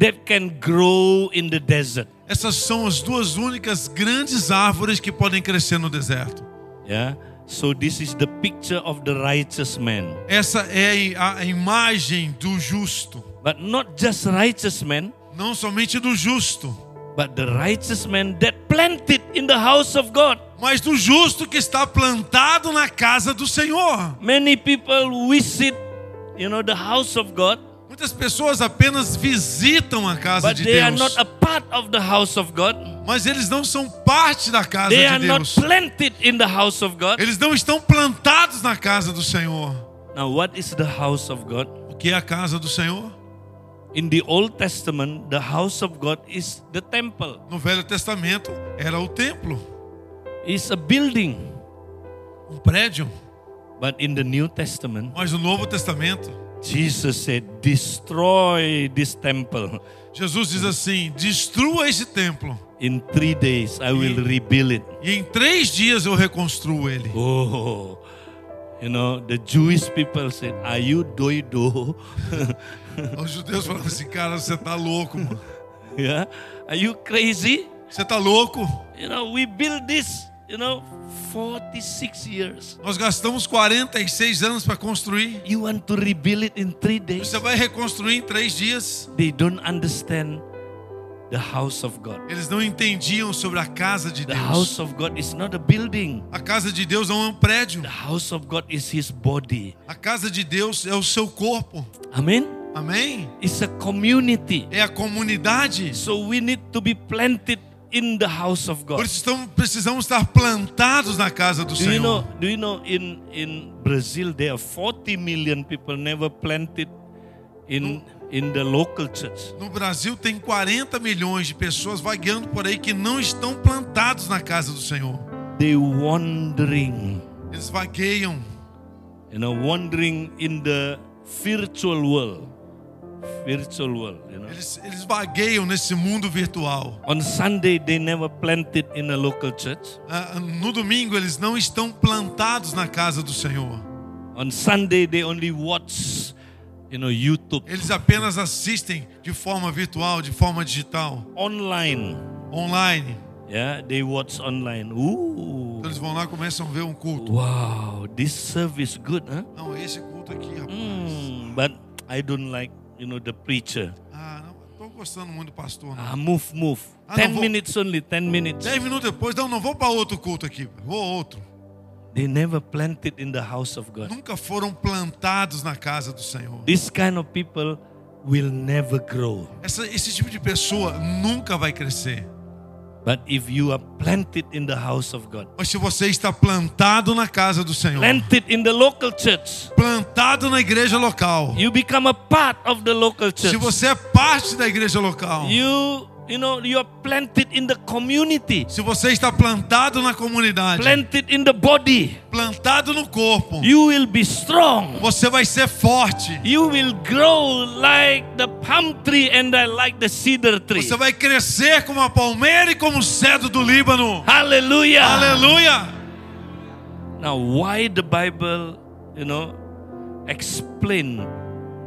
that can grow in the desert.
Essas são as duas únicas grandes árvores que podem crescer no deserto.
Yeah. So this is the picture of the righteous man.
Essa é a imagem do justo.
But not just righteous man,
Não somente do justo,
but the righteous man that planted in the house of God.
mas do justo que está plantado na casa do Senhor.
Many people visit, you know, the house of God,
Muitas pessoas apenas visitam a casa
but
de
they are
Deus,
not a part of the house of God.
mas eles não são parte da casa
They are
de
not
Deus.
planted in the house of God.
Eles não estão plantados na casa do Senhor.
Now, what is the house of God?
O que é a casa do Senhor?
In the Old Testament, the house of God is the temple.
No Velho Testamento era o templo,
It's a building.
um prédio,
But in the New Testament,
mas no Novo Testamento
Jesus said, Destroy this temple.
Jesus diz assim: destrua esse templo,
In three days, I will rebuild it.
e em três dias eu reconstruo ele.
Oh, you know, the Jewish people said, Are you doido? [laughs]
Os judeus falaram assim: cara, você tá louco, mano.
[laughs] yeah? Are you crazy?
Você tá louco?
You know, we built this, you know, 46 years.
Nós gastamos 46 anos para construir.
You want to rebuild it in three days?
Você vai reconstruir em três dias.
They don't understand the house of God.
Eles não entendiam sobre a casa de
The
Deus.
house of God is not a building.
A casa de Deus não é um prédio.
The house of God is His body.
A casa de Deus é o seu corpo.
Amen?
Amém?
It's a community.
É a comunidade.
So we need to be planted in the house of
Por
God.
isso estamos, precisamos estar plantados na casa do
Do you know?
Senhor.
Do you know? In in Brazil, there are 40 million people never planted in in the local church.
No Brasil tem 40 milhões de pessoas vagueando por aí que não estão plantados na casa do Senhor.
They wandering,
Eles vagueiam,
you know, wandering in the virtual world, virtual world. You know,
eles, eles vagueiam nesse mundo virtual.
on Sunday they never planted in a local church.
Ah, No domingo eles não estão plantados na casa do Senhor.
On Sunday they only watch, you know, YouTube
Eles apenas assistem de forma virtual, de forma digital,
online.
online.
Yeah, they watch online. Ooh,
Então eles vão lá e começam a ver um culto.
wow, this service good, huh?
Não, esse culto aqui, rapaz.
Hmm, but I don't like, you know, the preacher.
Ah, não estou gostando muito do pastor. Não.
Ah, move, move.
Ah,
ten
não vou-
minutes only, ten minutes.
Dez minutos depois, não, não vou para outro culto aqui. Vou outro.
They never planted in the house of God.
Nunca foram plantados na casa do Senhor.
This kind of people will never grow.
Essa- esse tipo de pessoa nunca vai crescer.
But if you are planted in the house of God,
Mas se você está plantado na casa do Senhor,
planted in the local church,
plantado na igreja local,
you become a part of the local
se
church.
você é parte da igreja local,
You, you know, you are planted in the community,
se você está plantado na comunidade,
planted in the body.
plantado no corpo,
You will be strong.
você vai ser forte.
You will grow like the palm tree and I like the cedar tree.
Você vai crescer como a palmeira e como o cedro do Líbano.
Hallelujah.
Aleluia!
Now, why the Bible, you know, explain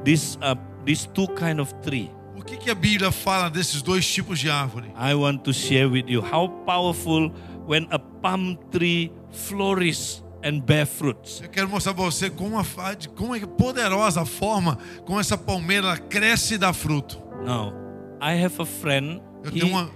this uh, these two kind of tree?
O que, que a Bíblia fala desses dois tipos de árvore?
I want to share with you how powerful when a palm tree flourishes and bear fruits.
Eu quero mostrar pra você como, a, fa- de como é que é poderosa a forma como essa palmeira ela cresce e dá fruto.
Now, I have a friend.
Eu
He,
tenho uma-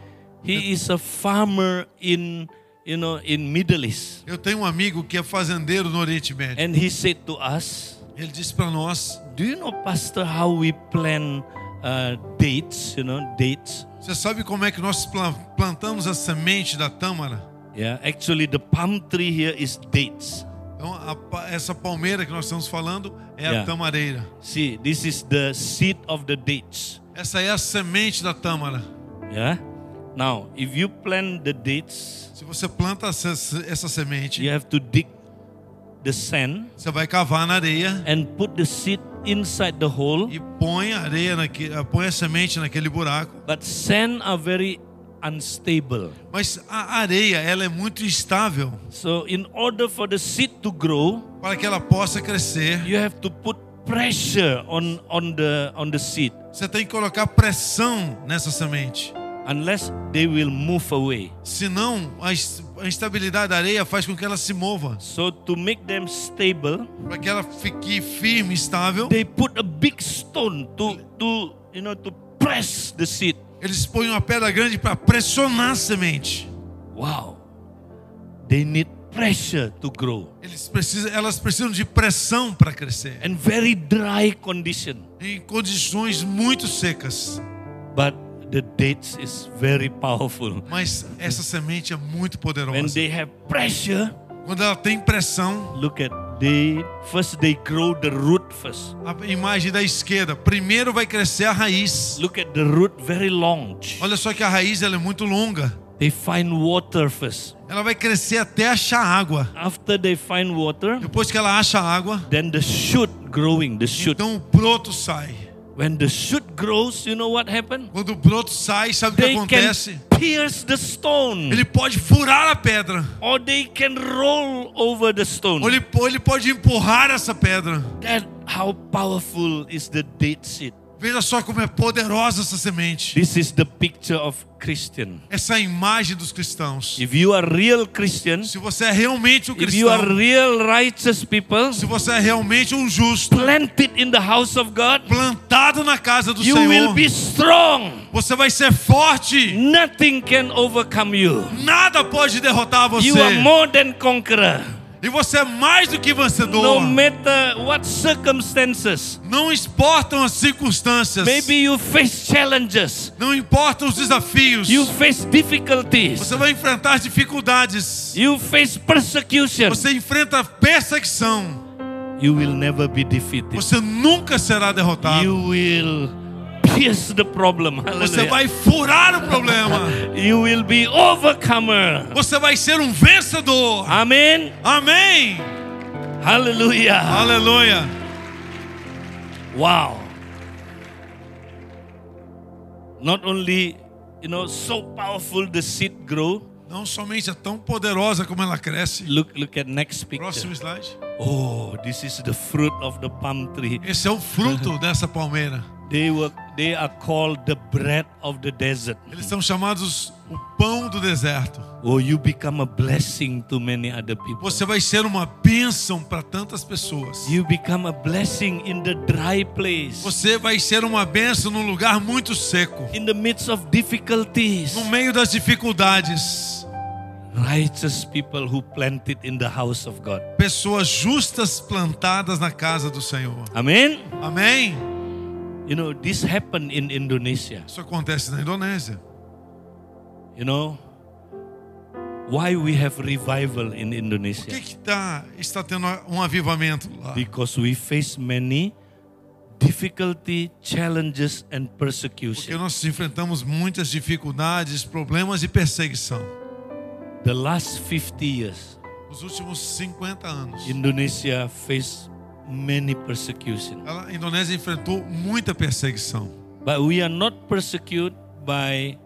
he is a farmer in you know in Middle East,
Eu tenho um amigo que é fazendeiro no Oriente Médio.
and he said to us,
Ele disse pra nós:
"Do you know, Pastor, how we plant uh, dates? You know, dates."
Você sabe como é que nós pla- plantamos a semente da tâmara?
Yeah, actually, the palm tree here is dates.
Então, a pa- essa palmeira que nós estamos falando é a
Yeah.
tamareira.
See, this is the seed of the dates.
Essa é a semente da tâmara.
Yeah. Now, if you plant the dates,
Se você planta essa, essa semente,
you have to dig the sand
você vai cavar na areia
and put the seed inside the hole.
e põe a areia naque, põe a semente naquele buraco.
But sand are very unstable.
Mas a areia, ela é muito instável.
So, in order for the seed to grow,
Para que ela possa crescer,
you have to put pressure on on the on the seed
você tem que colocar pressão nessa semente.
unless they will move away.
Senão, a es- a instabilidade da areia faz com que ela se mova.
So, to make them stable,
Para que ela fique firme, estável,
they put a big stone to to you know to press the seed.
eles põem uma pedra grande para pressionar a semente.
Wow. They need pressure to grow
Eles precisam, elas precisam de pressão para crescer.
and very dry condition.
Em condições muito secas.
But the dates is very powerful.
Mas essa semente é muito
When
poderosa.
they have pressure,
Quando ela tem pressão,
look at they first they grow the root first.
a imagem da esquerda, primeiro vai crescer a raiz.
Look at the root very long.
Olha só que a raiz ela é muito longa.
They find water first.
Ela vai crescer até achar água.
After they find water,
Depois que ela acha água,
then the shoot growing, the shoot.
então o broto sai.
When the shoot grows, you know what happens?
Quando o broto sai, sabe o que
They can Hmm.
acontece?
pierce the stone,
Ele pode furar a pedra.
or they can roll over the
Ou
stone.
ele, ou ele pode empurrar essa pedra.
That how powerful is the date seed.
Veja só como é poderosa essa semente.
This is the picture of Christian.
Essa imagem dos cristãos.
If you are real Christian,
Se você é realmente um
if you are
cristão,
real righteous people,
se você é realmente um justo,
planted in the house of God,
plantado na casa do
you will
Senhor,
be strong.
você vai ser forte.
Nothing can overcome you.
Nada pode derrotar você.
You are more than conqueror.
E você é mais do que
No
vencedor.
matter what circumstances,
Não importam as circunstâncias.
maybe you face challenges,
Não importam os desafios.
you face difficulties,
Você vai enfrentar dificuldades.
you face persecution.
Você enfrenta perseguição.
You will never be defeated.
Você nunca será derrotado.
You will pierce the problem.
Você
Hallelujah.
vai furar o problema.
You will be overcomer.
Você vai ser um vencedor.
Amen.
Amém.
Hallelujah.
Aleluia.
Wow. Not only, you know, so powerful the seed grow.
Não somente é tão poderosa como ela cresce.
Look, look at next picture.
Próximo slide.
Oh, this is the fruit of the palm tree.
Esse é
[laughs]
o fruto dessa palmeira.
They were, they are called the bread of the desert.
Eles são chamados o pão do deserto.
Oh, you become a blessing to many other people.
Você vai ser uma bênção para tantas pessoas.
You become a blessing in the dry place,
Você vai ser uma bênção num lugar muito seco.
in the midst of difficulties.
No meio das dificuldades.
Righteous people who planted in the house of God.
Pessoas justas plantadas na casa do Senhor.
Amen.
Amém?
You know, this happened in Indonesia.
Isso acontece na Indonésia.
You know, why we have revival in
Por que,
Indonesia?
que tá, está tendo um avivamento lá?
Because we face many difficulty, challenges, and
Porque
persecution.
nós enfrentamos muitas dificuldades, problemas e perseguição.
The last 50 years,
Nos últimos 50 anos,
Indonesia faced many persecution.
ela- a Indonésia enfrentou muita perseguição.
But we are not persecuted by,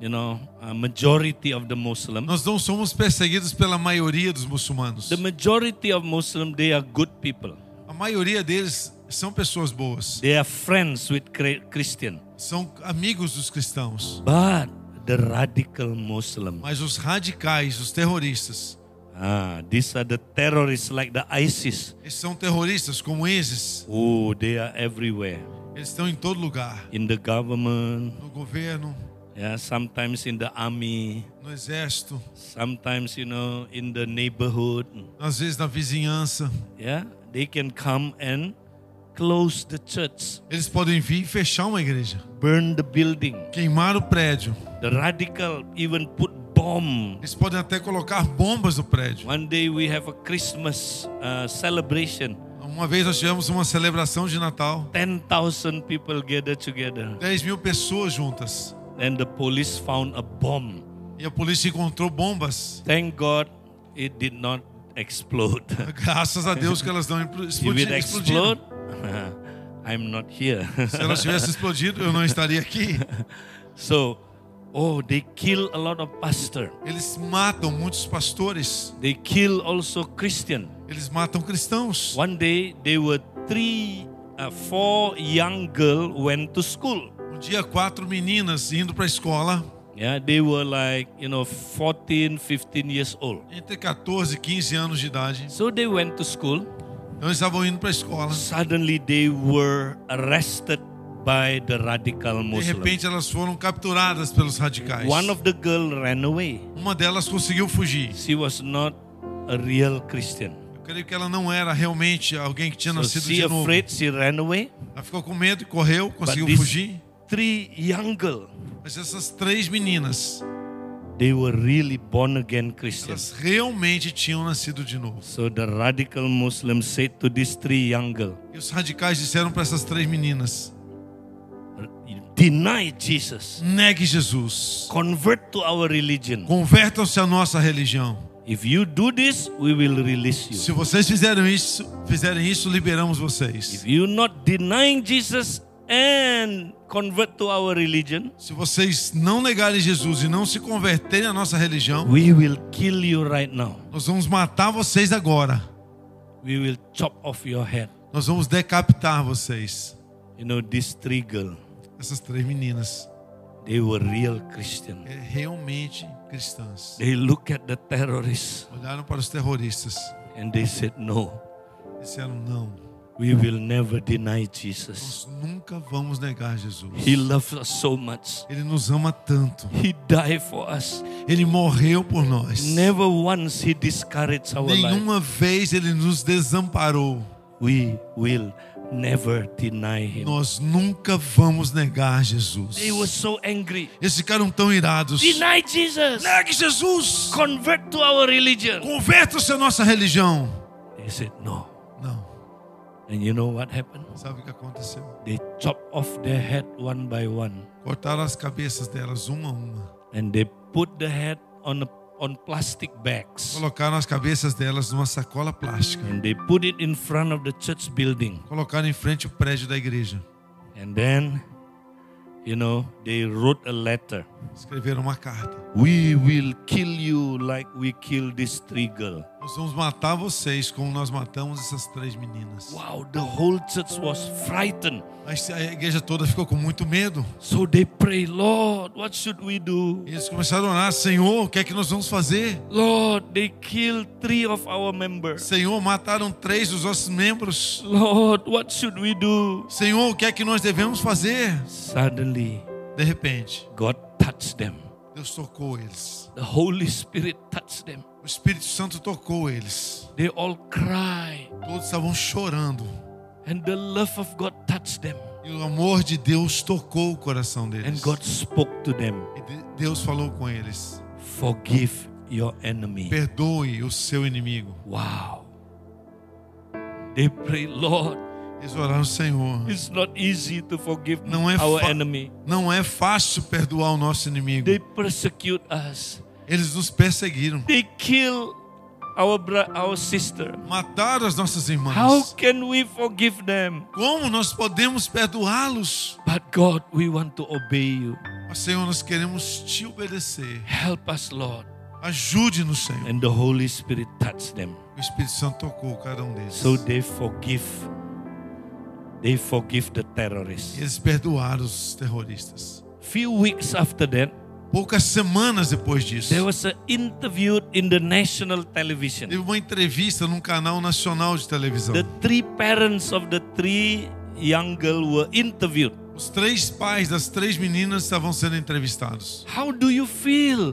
you know, a majority of the Muslims.
Nós não somos perseguidos pela maioria dos muçulmanos.
The majority of Muslims, they are good people.
A maioria deles são pessoas boas,
They are friends with cre- Christian.
são amigos dos cristãos.
But the radical Muslim,
Mas os radicais, os terroristas,
ah, these are the terrorists like the ISIS.
eles são terroristas como ISIS.
Oh, they are everywhere
Eles estão em todo lugar,
in the government,
no governo,
yeah, sometimes in the army,
no exército,
sometimes you know in the neighborhood.
às vezes na vizinhança.
Yeah, they can come and close the church,
Eles podem vir e fechar uma igreja,
burn the building.
queimar o prédio.
The radical even put bomb.
Eles podem até colocar bombas no prédio.
One day we have a Christmas uh, celebration.
Uma vez nós tivemos uma celebração de Natal,
10,000 people gather together
10 mil pessoas juntas,
and the police found a bomb.
e a polícia encontrou bombas.
Thank God it did not explode. [laughs]
Graças a Deus que elas não
if
impl-
it
explodiram. explodiram.
explode, [laughs] I'm not here. [laughs]
Se elas tivessem explodido, eu não estaria aqui.
so, oh, they kill a lot of pastor.
Eles matam muitos pastores,
They kill also Christian.
eles matam cristãos.
One day they were three, uh, four young girl went to school.
Um dia, quatro meninas indo para a escola,
Yeah, they were like, you know, 14, 15 years old.
entre 14 e 15 anos de idade.
So they went to school.
Então, eles estavam indo para a escola.
Suddenly they were arrested by the radical
De
Muslim.
repente, elas foram capturadas pelos radicais.
One of the girl ran away.
Uma delas conseguiu fugir.
She was not a real Christian.
Eu creio que ela não era realmente alguém que tinha
So
nascido
she
de novo.
afraid, she ran away.
Ela ficou com medo, correu,
But
conseguiu
these
fugir.
three young girl,
Mas essas três meninas,
they were really born again Christians.
elas realmente tinham nascido de novo.
So the radical Muslim said to these three young girl,
E os radicais disseram para essas três meninas:
Deny Jesus.
Negue Jesus.
Convert to our religion.
Convertam-se à nossa religião.
If you do this, we will release you.
Se vocês fizeram isso, fizerem isso, liberamos
If
vocês.
you're not denying Jesus and convert to our religion,
Se vocês não negarem Jesus e não se converterem à nossa religião,
we will kill you right now.
nós vamos matar vocês agora.
We will chop off your head.
Nós vamos decapitar vocês.
You know, these three girls,
Essas três meninas
they were real Christian.
é, realmente cristãs.
They look at the terrorists
Olharam para os terroristas
and they said, No,
e disseram: Não,
we will never deny Jesus.
nós nunca vamos negar Jesus.
He loves us so much.
Ele nos ama tanto.
He died for us.
Ele morreu por nós.
Never once he discouraged our life.
Nenhuma vez ele nos desamparou.
We will never deny him.
Nós nunca vamos negar Jesus.
They were so angry.
Eles ficaram tão irados.
Deny Jesus.
Negue Jesus!
Convert to our religion.
Converta-se à nossa religião.
They said no.
Não.
And you know what happened?
Sabe o que aconteceu?
They chopped off their head one by one.
Cortaram as cabeças delas uma a uma.
And they put the head on, a, on plastic bags.
Colocaram as cabeças delas numa sacola plástica.
And they put it in front of the church building.
Colocaram em frente o prédio da igreja.
And then, you know, they wrote a letter.
Escreveram uma carta.
We will kill you like we killed this three girl.
Nós vamos matar vocês como nós matamos essas três meninas.
Wow, the whole church was frightened.
Mas A igreja toda ficou com muito medo.
So they pray, Lord, what should we do?
Eles começaram a orar: Senhor, o que é que nós vamos fazer?
Lord, they killed three of our members.
Senhor, mataram três dos nossos membros.
Lord, what should we do?
Senhor, o que é que nós devemos fazer?
Suddenly,
De repente,
God touched them.
Deus tocou eles.
The Holy Spirit touched them.
O Espírito Santo tocou eles.
They all cry,
Todos estavam chorando.
and the love of God touched them.
E o amor de Deus tocou o coração
And
deles.
God spoke to them,
E de- Deus falou com eles:
"Forgive your enemy."
Perdoe o seu inimigo.
Wow. They pray, Lord,
Eles oraram: Senhor,
it's not easy to forgive
Não é
our
fa-
enemy.
não é fácil perdoar o nosso inimigo.
They persecute us.
Eles nos perseguiram.
They kill our bro- our sister.
Mataram as nossas
How
irmãs.
can we forgive them?
Como nós podemos perdoá-los?
But God, we want to obey you.
Mas, Senhor, nós queremos te obedecer.
Help us, Lord.
Ajude-nos, Senhor.
And the Holy Spirit touched them.
O Espírito Santo tocou cada um deles.
So they forgive. They forgive the terrorists.
Eles perdoaram os terroristas.
Few weeks after that,
Poucas semanas depois disso,
there was an interview in the national television.
teve uma entrevista num canal nacional de televisão.
The three parents of the three young girls were interviewed.
Os três pais das três meninas estavam sendo entrevistados.
How do you feel?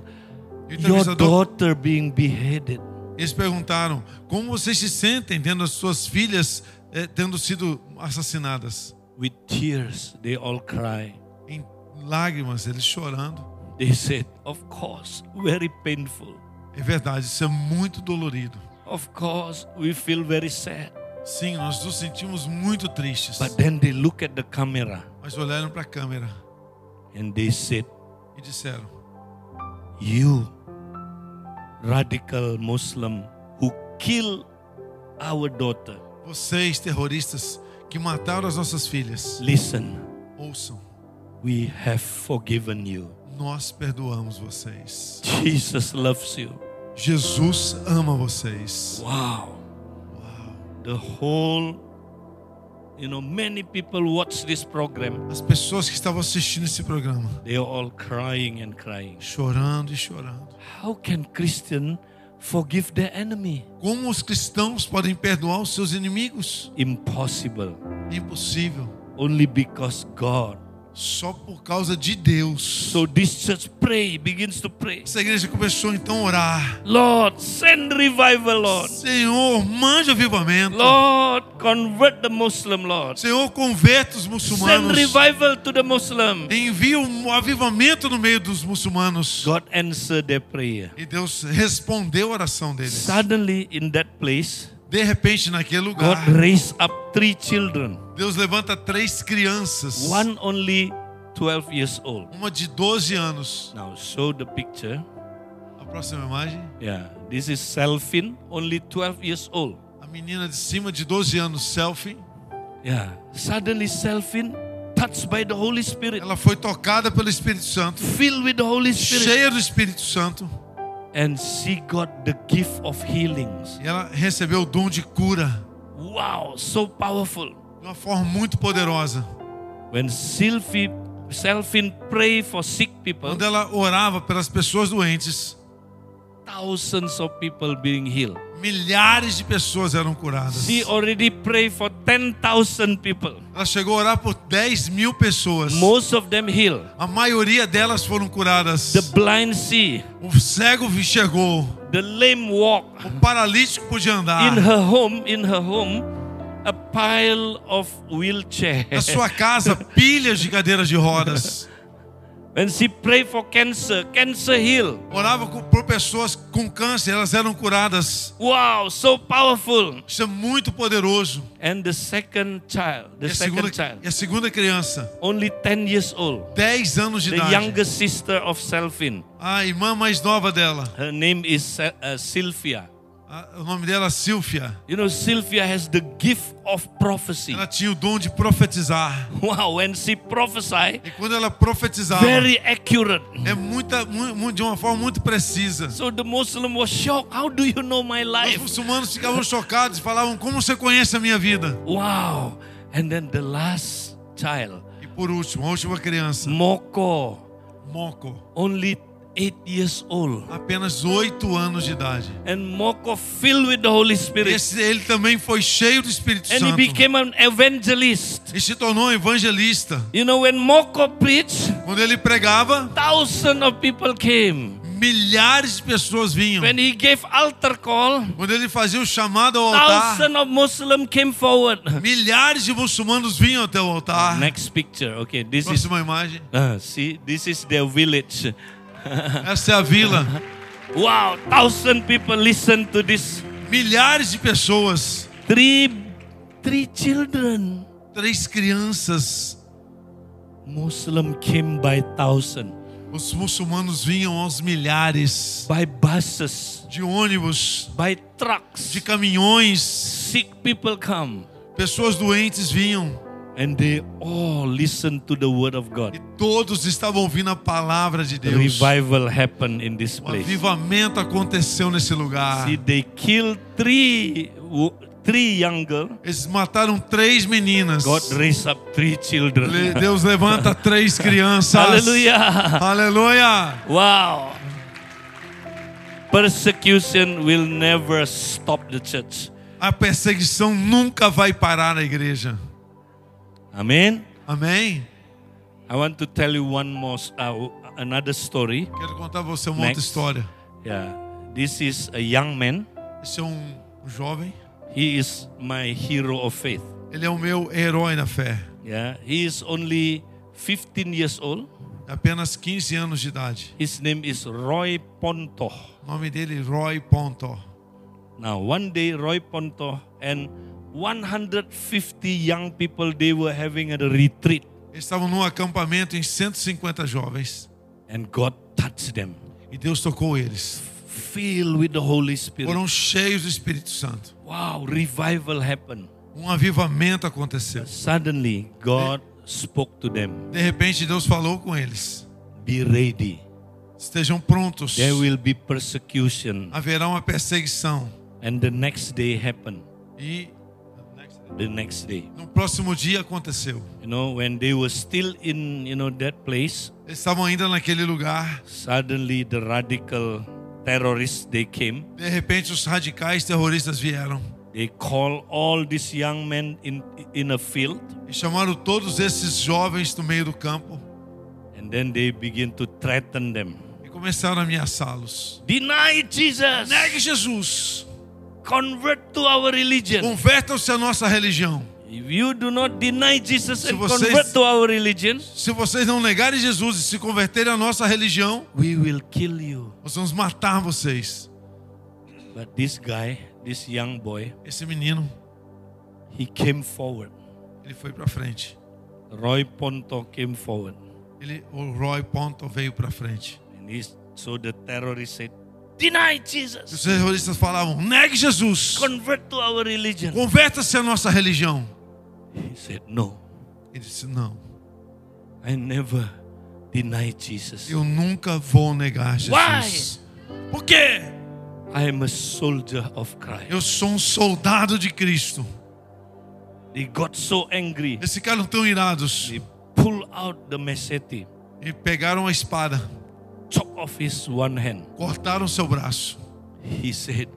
E o
Your
entrevistador,
daughter being beheaded.
eles perguntaram: como vocês se sentem tendo as suas filhas eh, tendo sido assassinadas?
With tears, they all cry.
Em lágrimas, eles chorando.
They said, Of course, very painful.
É verdade, isso é muito dolorido.
Of course, we feel very sad.
Sim, nós nos sentimos muito tristes.
But then they look at the camera
Mas olharam para a câmera
and they said,
e disseram:
You radical Muslim who kill our daughter,
Vocês, terroristas, que mataram as nossas filhas,
listen,
ouçam,
we have forgiven you.
nós perdoamos vocês.
Jesus loves you.
Jesus ama vocês.
Wow. The whole, you know, many people watch this program.
As pessoas que estavam assistindo esse programa,
They are all crying and crying.
chorando e chorando.
How can Christian forgive their enemy?
Como os cristãos podem perdoar os seus inimigos?
Impossible.
Impossível.
Only because God.
Só por causa de Deus.
So this church pray begins to pray.
Essa igreja começou então a orar.
Lord, send revival, Lord.
Senhor, mande avivamento.
Lord, convert the Muslim, Lord.
Senhor, converte os
Send
muçulmanos.
revival to the Muslim.
Envia um avivamento no meio dos muçulmanos.
God answered their prayer.
E Deus respondeu a oração deles.
Suddenly, in that place,
De repente, naquele lugar,
God raised up three children.
Deus levanta três crianças.
One only 12 years old.
Uma de 12 anos.
Now show the picture.
A próxima imagem.
Yeah, this is Selfin, only 12 years old.
A menina de cima de 12 anos, selfie.
Yeah, suddenly Selfin, touched by the Holy Spirit,
Ela foi tocada pelo Espírito Santo.
filled with the Holy Spirit,
Cheia do Espírito Santo.
and she got the gift of healings.
E ela recebeu o dom de cura.
Wow, so powerful.
De uma forma muito poderosa.
When Sylvie, Selfin prayed for sick people,
Quando ela orava pelas pessoas doentes,
thousands of people being healed.
milhares de pessoas eram curadas.
She already prayed for 10,000 people.
Ela chegou a orar por 10 mil pessoas.
Most of them healed.
A maioria delas foram curadas.
The blind see,
O cego chegou.
the lame walk.
O paralítico podia andar.
In her home, in her home, a pile of wheelchair.
Na
[laughs]
sua casa, pilhas de cadeiras de rodas.
When she prayed for cancer, cancer heal.
Orava com, por pessoas com câncer, elas eram curadas.
Wow, so powerful.
Isso é muito poderoso.
And the second child, the
E a segunda,
second child,
e a segunda criança,
only 10 years old,
10 anos de
the
idade.
younger sister of Selfin.
A irmã mais nova dela.
Her name is Sa- uh, Sylvia.
a- o nome dela é Silvia.
You know, Sylvia has the gift of prophecy.
Ela tinha o dom de profetizar.
[laughs] Wow, when she prophesied,
E quando ela profetizava,
very accurate.
é muita, mu- mu- de uma forma muito precisa.
So the Muslim was shocked. How do you know my
Os
life?
muçulmanos ficavam chocados e falavam: Como você conhece a minha vida?
Wow. And then the last child,
E por último, a última criança,
Moko,
Moco,
only eight years old.
apenas 8 anos de idade.
And Moko filled with the Holy Spirit.
Esse, ele também foi cheio do Espírito
And he
Santo
became an evangelist.
e se tornou um evangelista.
You know, when Moko preached,
Quando ele pregava,
thousands of people came.
milhares de pessoas vinham.
When he gave altar call,
Quando ele fazia o chamado ao altar,
thousands of Muslims came forward.
milhares de muçulmanos vinham até o altar.
Next picture. Okay, this is
Próxima imagem.
uh, see, this is their village.
Essa é a vila.
Wow, thousand people listen to this.
Milhares de pessoas,
Three, three children.
três crianças.
Muslim came by thousand,
Os muçulmanos vinham aos milhares
by buses,
de ônibus,
by
de
trucks.
caminhões.
Sick people come,
Pessoas doentes vinham
and they all listen to the word of
e
God.
todos estavam ouvindo a palavra de
Então,
Deus.
Revival happened in this
O
place.
avivamento aconteceu nesse lugar.
See, they killed three, wo- three young girls.
Eles mataram três meninas.
God raised up three
Le-
children. [laughs]
Deus levanta três crianças.
Hallelujah.
Aleluia.
Wow. Persecution will never stop the church.
A perseguição nunca vai parar na igreja.
Amen.
Amém?
I want to tell you one more, uh, another story.
Quero contar pra você uma outra
Next.
história.
Yeah. This is a young man.
Esse é um um jovem.
He is my hero of faith.
Ele é o meu herói na fé.
Yeah. He is only 15 years old.
Apenas 15 anos de idade.
His name is Roy Ponto.
O nome dele é Roy Ponto.
Now, one day, Roy Ponto and 150 young people they were having a retreat,
Eles estavam num acampamento em 150 jovens.
and God touched them.
E Deus tocou eles.
filled with the Holy Spirit.
Foram cheios do Espírito Santo.
Wow, revival happened.
Um avivamento aconteceu.
Suddenly, God spoke to them.
De repente, Deus falou com eles:
Be ready.
estejam prontos.
There will be persecution.
Haverá uma perseguição.
And the next day happened.
E
The next day.
no próximo dia aconteceu.
You know, when they were still in, you know, that place,
Eles estavam ainda naquele lugar.
suddenly the radical terrorists they came.
De repente, os radicais terroristas vieram
They called all these young men in in a field
e chamaram todos esses jovens do meio do campo
and then they begin to threaten them.
e começaram a ameaçá-los.
Deny Jesus.
Negue Jesus.
Convert to our religion.
Convertam-se à nossa religião.
If you do not deny Jesus
Se
and
vocês-
convert to our religion,
Se vocês não negarem Jesus e se converterem à nossa religião,
we will kill you.
nós vamos matar vocês.
But this guy, this young boy,
Esse menino,
he came forward.
ele foi para frente.
Roy Ponto came forward.
ele, o Roy Ponto veio para frente.
And he, so the terrorists said, Deny Jesus!
Os terroristas falavam: negue Jesus,
Convert to our religion.
converta-se à nossa religião.
He said, No,
Ele disse: não,
I never deny Jesus.
eu nunca vou negar Jesus. Por quê?
I am a soldier of Christ.
Eu sou um soldado de Cristo.
They got so angry.
Eles ficaram tão irados
They pull out the machete,
e pegaram a espada,
chop off his one hand.
cortaram seu braço.
He said,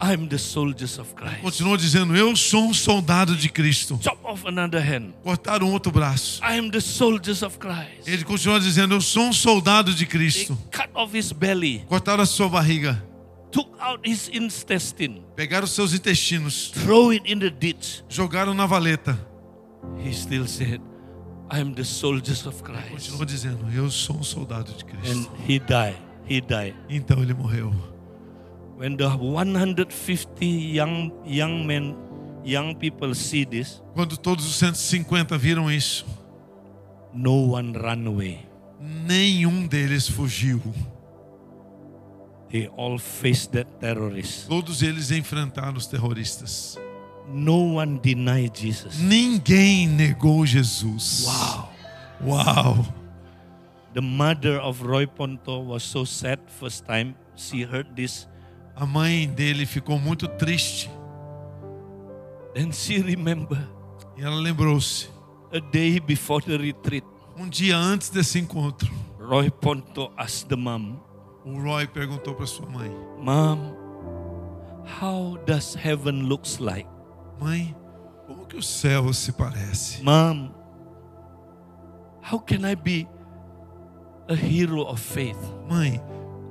I'm the soldiers of Christ.
Continuou dizendo: Eu sou um soldado de Cristo.
Chop off another hand.
Cortaram outro braço.
I am the soldiers of Christ.
Ele continuou dizendo: Eu sou um soldado
They
de Cristo.
cut off his belly,
Cortaram a sua barriga,
took out his intestine,
pegaram os seus intestinos,
throw it in the ditch.
jogaram na valeta.
He still said, I am the soldiers of Christ.
Continuou dizendo: Eu sou um soldado de
And
Cristo.
he died. He died.
Então ele morreu.
When the 150 young young men, young people see this,
Quando todos os 150 viram isso,
no one run away.
nenhum deles fugiu.
They all faced that terrorist.
Todos eles enfrentaram os terroristas.
No one denied Jesus.
Ninguém negou Jesus.
Wow.
Uau!
The mother of Roy Ponto was so sad first time she heard this.
A mãe dele ficou muito triste
Then she [laughs] remember
e ela lembrou-se.
a day before the retreat,
Um dia antes desse encontro,
Roy Ponto asked the mom,
o Roy perguntou para sua mãe:
"Mom, how does heaven looks like?"
Mãe, como que o céu se parece?
Mom, how can I be a hero of faith?
Mãe,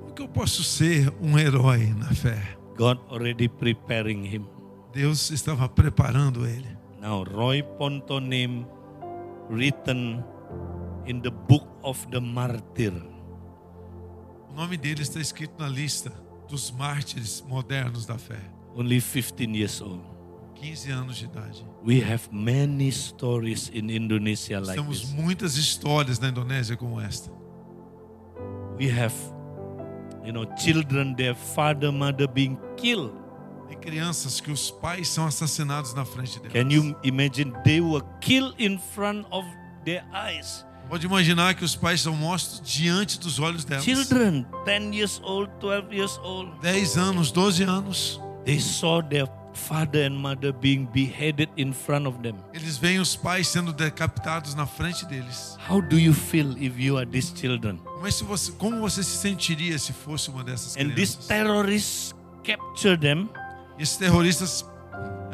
como que eu posso ser um herói na fé?
God already preparing him.
Deus estava preparando ele.
Now, Roy Ponto name written in the book of the martyr.
O nome dele está escrito na lista dos mártires modernos da fé.
Only 15 years old.
15 anos de idade.
We have many stories in Indonesia like
Temos
this.
muitas histórias na Indonésia como esta.
We have, you know, children, their father, mother being killed.
Tem crianças que os pais são assassinados na frente delas.
Can you imagine? They were killed in front of their eyes.
Pode imaginar que os pais são mortos diante dos olhos delas.
Children, 10 years old, 12 years old,
10 anos, 12 anos,
they saw their father and mother being beheaded in front of them.
eles veem os pais sendo decapitados na frente deles.
How do you feel if you are these children?
Mas se você, como você se sentiria se fosse uma dessas
And these
crianças?
terrorists capture them,
Esses terroristas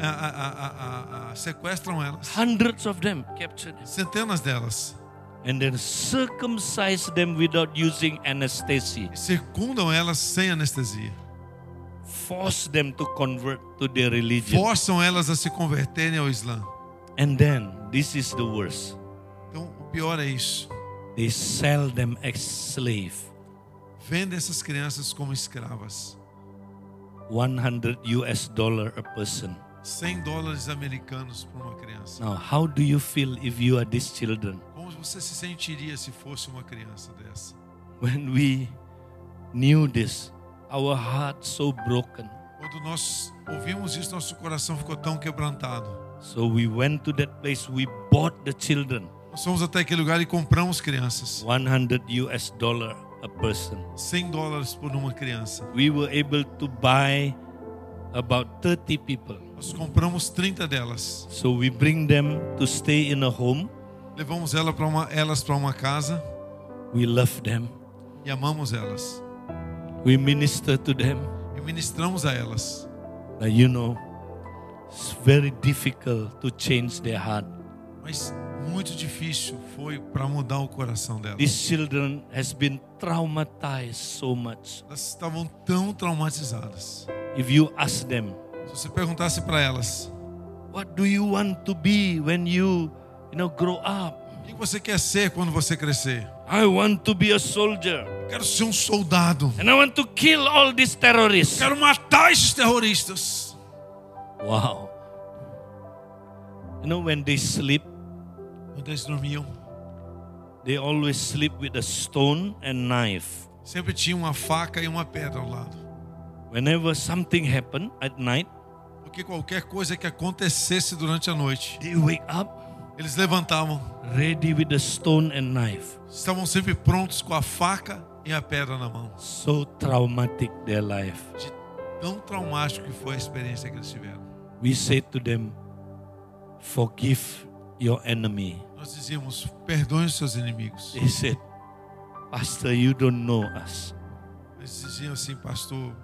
ah, ah, ah, ah, ah, sequestram elas,
hundreds of them capture them,
centenas delas,
and then circumcise them without using anesthesia,
e circundam elas sem anestesia,
force them to convert to their religion.
forçam elas a se converterem ao Islã.
And then, this is the worst,
Então, o pior é isso.
they sell them as slave.
Vendem essas crianças como escravas.
100 US dollar a person.
100 dólares americanos para uma criança.
Now, how do you feel if you are these children? [laughs]
Como você se sentiria se fosse uma criança dessa?
When we knew this, our heart so broken.
Quando nós ouvimos isso, nosso coração ficou tão quebrantado.
So we went to that place, we bought the children,
Nós fomos até aquele lugar e compramos crianças.
100 US dollar a person.
100 dólares por uma criança.
We were able to buy about 30 people.
Nós compramos 30 delas.
So we bring them to stay in a home.
Levamos ela pra uma, elas para uma casa
We love them.
e amamos elas.
We minister to them.
E ministramos a elas.
But you know, it's very difficult to change their heart.
Mas muito difícil foi para mudar o coração delas.
These children has been traumatized so much.
Elas estavam tão traumatizadas.
If you ask them,
Se você perguntasse para elas,
what do you want to be when you, you know, grow up?
o que você quer ser quando você crescer?
I want to be a soldier
Eu quero ser um soldado.
and I want to kill all these terrorists.
Quero matar esses terroristas.
Wow. You know, when they sleep,
Quando eles dormiam,
They always sleep with a stone and knife.
Sempre tinha uma faca e uma pedra ao lado.
Whenever something happened at night,
Porque qualquer coisa que acontecesse durante a noite,
they wake up
eles levantavam,
ready with a stone and knife.
estavam sempre prontos com a faca e a pedra na mão.
So traumatic their life.
De tão traumático que foi a experiência que eles tiveram.
We say to them, forgive your enemy.
Nós dizíamos: perdoem os seus inimigos.
They said, Pastor, you don't know us.
Eles diziam assim, pastor,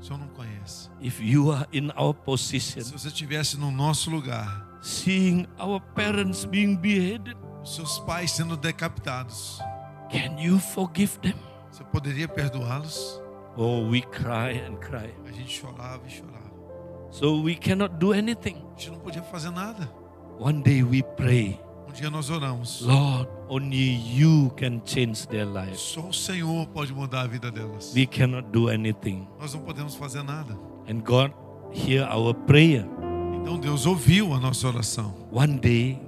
o senhor não conhece.
If you are in our position,
Se você estivesse no nosso lugar,
seeing our parents being beheaded,
os seus pais sendo decapitados,
can you forgive them?
você poderia perdoá-los?
Oh, we cry and cry.
A gente chorava e chorava.
So we cannot do anything.
A gente não podia fazer nada.
One day we pray,
Um dia nós oramos.
Lord, only you can change their lives.
Só o Senhor pode mudar a vida delas.
We cannot do anything.
Nós não podemos fazer nada.
And God hear our prayer.
Então Deus ouviu a nossa oração.
One day,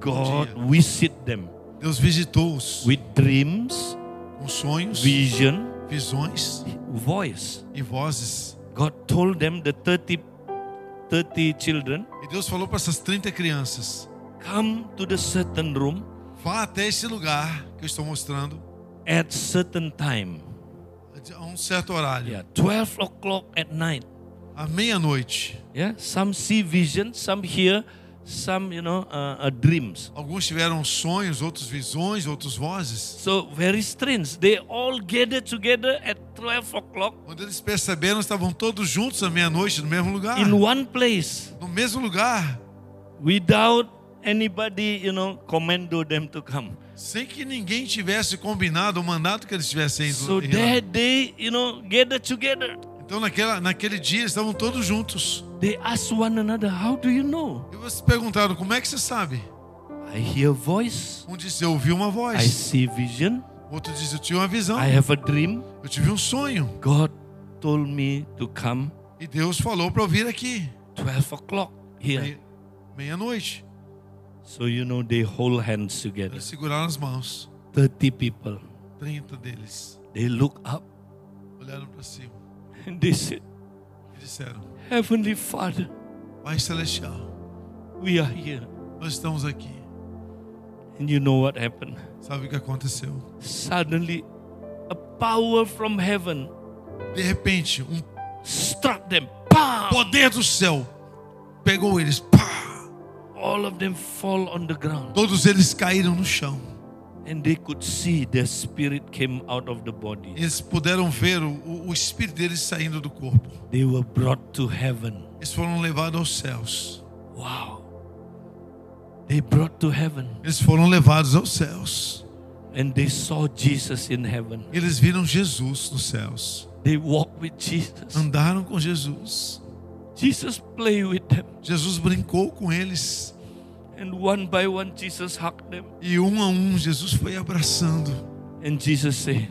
God visit them
Deus visitou-os
with dreams,
com sonhos,
vision,
visões
voice.
e vozes.
God told them the 30, 30 children,
E Deus falou para essas 30 crianças:
come to the certain room
vá até esse lugar que eu estou mostrando
at certain time.
a um certo horário,
Yeah, 12 o'clock at night.
à meia-noite.
Yeah, some see vision, some hear, some, you know, uh, uh, dreams.
Alguns tiveram sonhos, outros visões, outros vozes.
So very strange. They all gather together at 12 o'clock
Quando eles perceberam, estavam todos juntos à meia-noite no mesmo lugar.
in one place
No mesmo lugar,
without anybody, you know, commando them to come.
sem que ninguém tivesse combinado o mandato que eles tivessem. ido
So
em lá.
that day, you know, gather together.
Então naquela, naquele dia eles estavam todos juntos.
They ask one another, how do you know?
E vocês perguntaram, como é que você sabe?
I hear voice.
Um disse, eu ouvi uma
I
voz.
see vision.
Outro disse, eu tive uma visão.
I have a dream.
Eu tive um sonho.
God told me to come
E Deus falou para eu vir aqui.
12 o'clock here.
Me- Meia-noite.
So you know they hold hands together.
Eles seguraram as mãos.
30 people.
30 deles
They look up
olharam para cima
and they said,
e disseram,
Heavenly Father,
Pai Celestial,
we are here.
nós estamos aqui.
And you know what happened?
Sabe o que aconteceu?
Suddenly, a power from heaven
De repente, um
struck them. Pow!
poder do céu pegou eles. Pá!
All of them fall on the ground.
Todos eles caíram no chão.
And they could see their spirit came out of the body.
Eles puderam ver o- o, o espírito deles saindo do corpo.
They were brought to heaven.
Eles foram levados aos céus.
Wow. They brought to heaven
Eles foram levados aos céus.
and they saw Jesus in heaven.
Eles viram Jesus nos céus.
They walked with Jesus.
Andaram com Jesus.
Jesus played with them.
Jesus brincou com eles.
And one by one, Jesus hugged them.
E um a um, Jesus foi abraçando.
And Jesus said,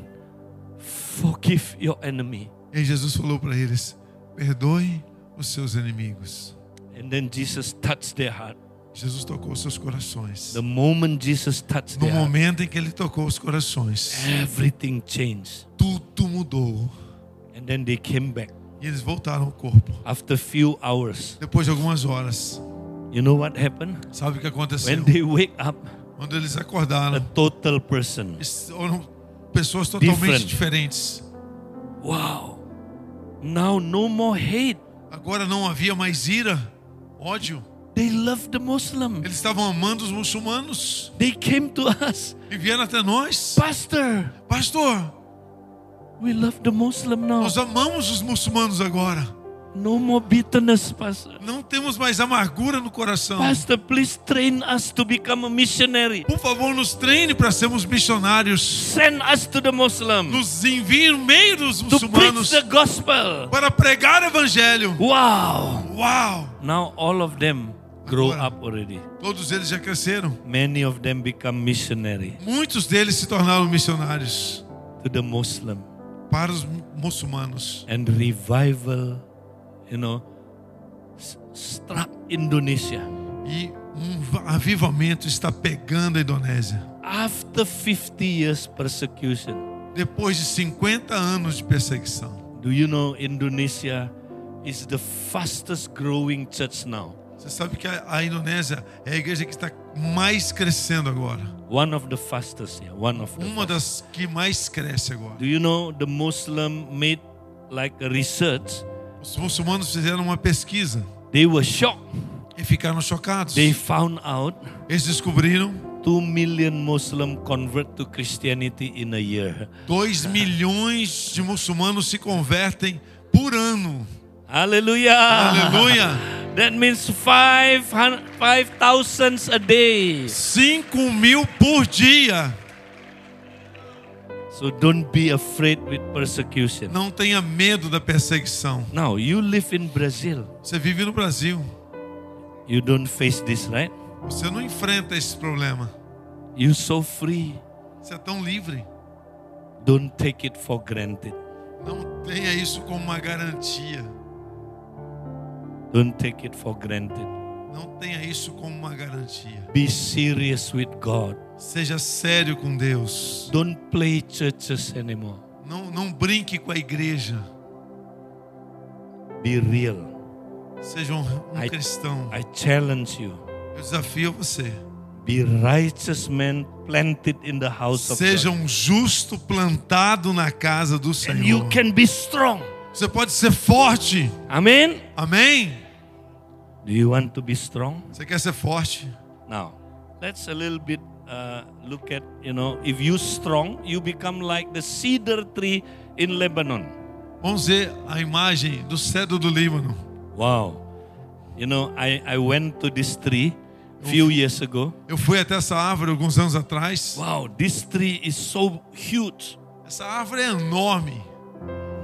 Forgive your enemy.
E Jesus falou para eles: Perdoe os seus inimigos.
And then Jesus touched their heart.
Jesus tocou os seus corações.
The moment Jesus touched
No
their heart,
momento em que ele tocou os corações,
everything changed.
tudo mudou.
And then they came back
E eles voltaram ao corpo.
after few hours.
Depois de algumas horas,
You know what happened?
sabe o que aconteceu?
When they wake up,
Quando eles
a
acordaram,
total person.
eles foram pessoas totalmente
Different.
diferentes.
Wow. Now no more hate.
Agora não havia mais ira, ódio.
They love the Muslim.
Eles estavam amando os muçulmanos
They came to us.
e vieram até nós.
Pastor,
Pastor,
we love the Muslim now.
nós amamos os muçulmanos agora.
No more bitterness, Pastor.
Não temos mais amargura no coração.
Pastor, please train us to become a missionary.
Por favor, nos treine para sermos missionários.
Send us to the Muslim
Nos envie no meio dos
to preach
muçulmanos
the gospel.
para pregar o evangelho.
Wow.
Uau!
Now all of them grow
Agora.
up already.
Todos eles já cresceram.
Many of them become missionary
Muitos deles se tornaram missionários
to the Muslim
para os mu- muçulmanos.
and revival, you know, s- struck Indonesia.
E um va- avivamento está pegando a Indonésia.
After 50 years persecution,
Depois de 50 anos de perseguição.
do you know Indonesia is the fastest growing church now?
Você sabe que a, a Indonésia é a igreja que está mais crescendo agora.
One of the fastest, yeah, one of the
Uma
fastest.
das que mais cresce agora.
Do you know the Muslim made like a research?
Os muçulmanos fizeram uma pesquisa
They were shocked.
e ficaram chocados.
They found out
Eles descobriram
2 million Muslim convert to Christianity in a year.
2 milhões de muçulmanos se convertem por ano.
Hallelujah.
Aleluia!
[laughs] That means 5,000 5,000 a day.
5 mil por dia.
So don't be afraid with persecution.
Não tenha medo da perseguição.
Now, you live in Brazil.
Você vive no Brasil.
You don't face this, right?
Você não enfrenta esse problema.
You're so free.
Você é tão livre.
Don't take it for granted.
Não tenha isso como uma garantia.
Don't take it for granted.
Não tenha isso como uma garantia.
Be serious with God.
Seja sério com Deus.
Don't play churches anymore.
Não, não brinque com a igreja.
Be real.
Seja um, um
I-
cristão.
I challenge you.
Eu desafio você.
Be righteous men planted in the house of
Seja
God.
um justo plantado na casa do Senhor.
And you can be strong.
Você pode ser forte.
Amen.
Amém?
Do you want to be strong?
Você quer ser forte?
Now, let's a little bit uh, look at, you know, if you strong, you become like the cedar tree in Lebanon.
Vamos ver a imagem do cedro do Líbano.
Wow. You know, I, I went to this tree few years ago.
Eu fui até essa árvore alguns anos atrás.
Wow, this tree is so huge.
Essa árvore é enorme.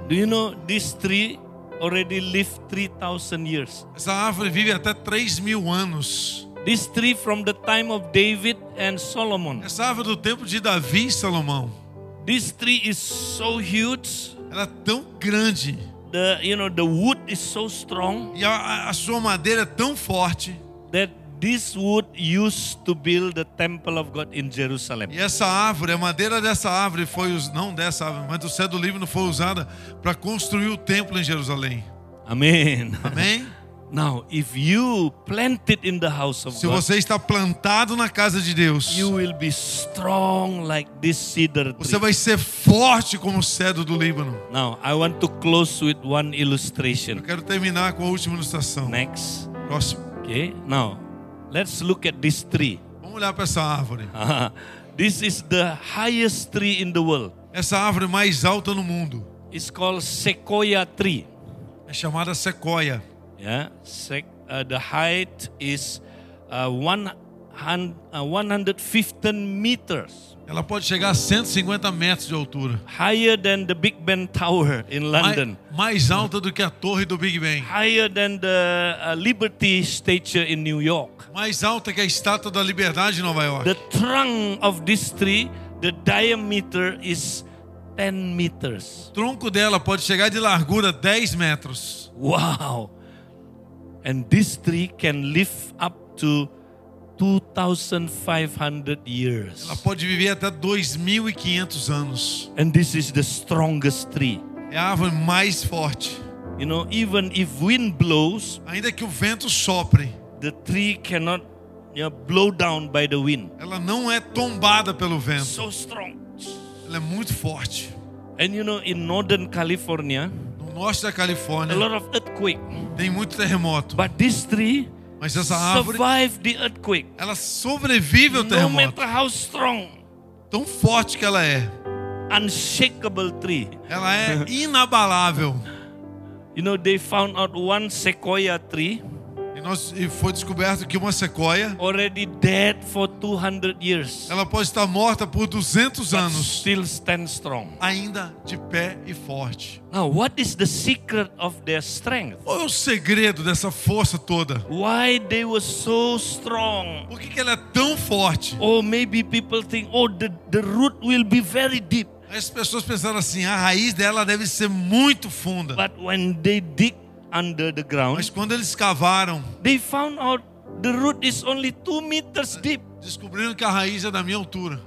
Do you know this tree already lived 3,000 years?
Essa árvore vive até 3 mil anos.
This tree from the time of David and Solomon.
Essa árvore do tempo de Davi e Salomão.
This tree is so huge.
Ela é tão grande.
The you know the wood is so strong
E a- a, a sua madeira é tão forte.
that this wood used to build the temple of God in Jerusalem.
E essa árvore, a madeira dessa árvore foi us- não dessa árvore, mas do cedro do Líbano foi usada para construir o templo em Jerusalém.
Amen.
Amém?
Now, if you plant it in the house of
Se
God,
você está plantado na casa de Deus,
you will be strong like this cedar
você
tree.
vai ser forte como o cedro do Líbano.
Now, I want to close with one
Eu
illustration.
quero terminar com a última ilustração.
Next.
Próximo.
Okay. Now, let's look at this tree. [laughs]
Vamos olhar para essa árvore.
this is the highest tree in the world.
Essa árvore mais alta no mundo
It's called sequoia tree.
é chamada sequoia.
Yeah, sec, uh, the height is uh, one hun- uh, 115 meters,
Ela pode chegar a 150 metros de altura.
higher than the Big Ben Tower in
Mai-
London,
mais alta do que a torre do Big Ben.
higher than the uh, Liberty Statue in New York.
Mais alta que a estátua da liberdade em Nova York.
The trunk of this tree, the diameter is 10 meters.
O tronco dela pode chegar de largura 10 metros.
Wow! And this tree can live up to 2,500 years.
Ela pode viver até 2.500 anos.
And this is the strongest tree.
É a árvore mais forte.
You know, even if wind blows,
Ainda que o vento sopre,
the tree cannot you know, blow down by the wind.
ela não é tombada pelo vento.
So strong.
Ela é muito forte.
And you know, in Northern California,
No norte da
a
Califórnia
lot of earthquake.
tem muito terremoto.
But this tree
Mas essa árvore,
survived the earthquake.
ela sobrevive ao
No
terremoto.
matter how strong,
Tão forte que ela é.
unshakable tree.
Ela é inabalável.
You know, they found out one sequoia tree
E, nós, e foi descoberto que uma sequoia,
already dead for 200 years,
ela pode estar morta por 200
but
anos.
still stands strong.
ainda de pé e forte.
Now, what is the secret of their strength?
Qual é o segredo dessa força toda?
why they were so strong.
Por que, que ela é tão forte?
Or maybe people think, oh, the, the root will be very deep.
As pessoas pensaram assim: a raiz dela deve ser muito funda.
But when they dig under the
Mas
ground,
quando eles cavaram,
they found out the root is only two meters deep.
descobriram que a raiz é da minha altura.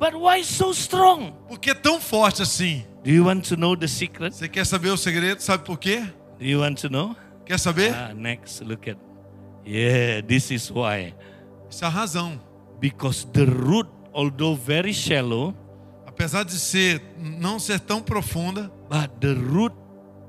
But why so strong?
Por que é tão forte assim?
Do you want to know the secret?
Você quer saber o segredo? Sabe por quê?
Do you want to know?
Quer saber?
Ah, next, look at. Yeah, this is why.
Isso é a razão.
Because the root, although very shallow,
Apesar de ser não ser tão profunda,
but the root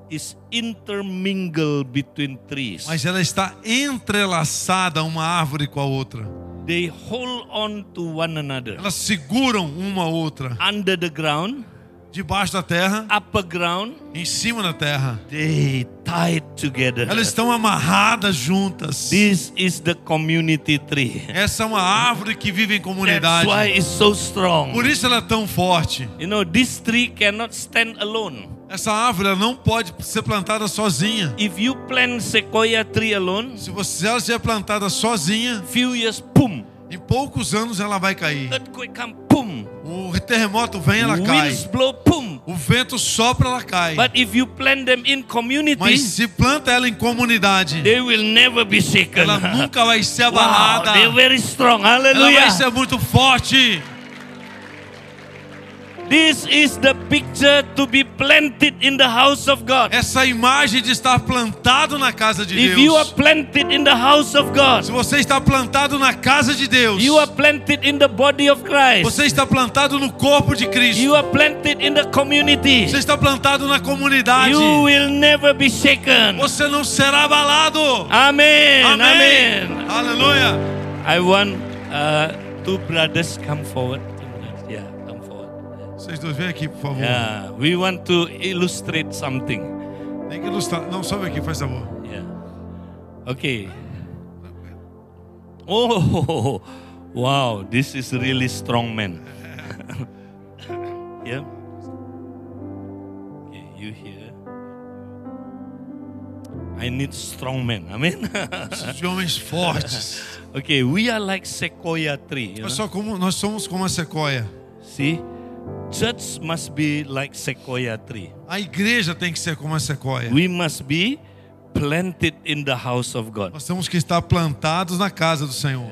is intermingled between trees.
mas ela está entrelaçada uma árvore com a outra.
They hold on to one another.
Elas seguram uma a outra.
Under the ground,
Debaixo da terra,
upper ground,
em cima da terra.
they tied together.
Elas estão amarradas juntas.
This is the community tree.
Essa é uma árvore que vive em
That's
comunidade.
why it's so
Por
strong.
isso ela é tão forte.
You know, this tree cannot stand alone.
Essa árvore ela não pode ser plantada sozinha.
If you plant sequoia tree alone,
Se você se ela ser plantada sozinha,
few years, boom,
em poucos anos ela vai cair.
earthquake come, boom,
O terremoto vem, ela cai.
winds blow, boom.
O vento sopra, ela cai.
But if you plant them in community,
Mas se planta ela em comunidade,
they will never be shaken.
ela nunca vai ser
[laughs] Wow,
abalada.
they're very strong.
Ela vai
Hallelujah.
ser muito forte.
This is the picture to be planted in the house of God.
Essa imagem de estar plantado na casa de
If you are
Deus.
planted in the house of God,
Se você está plantado na casa de Deus,
you are planted in the body of Christ,
você está plantado no corpo de Cristo.
you are planted in the community,
Você está plantado na comunidade.
you will never be shaken.
Você não será abalado.
Amen.
Amém.
Amen.
Aleluia.
I want uh, two brothers come forward. Yeah, come forward.
Vocês dois vêm aqui, por favor.
Yeah, we want to illustrate something.
Tem que ilustrar. Não, sobe aqui, faz favor.
Yeah. Okay. Oh, wow! This is really strong man. [laughs] yeah. Okay, you here? I need strong men. Amen. [laughs]
Preciso de homens [laughs] fortes.
okay, we are like sequoia tree. You know?
Olha só como nós somos como a sequoia.
See, church must be like sequoia tree.
A igreja tem que ser como a sequoia.
We must be planted in the house of God.
Nós temos que estar plantados na casa do Senhor.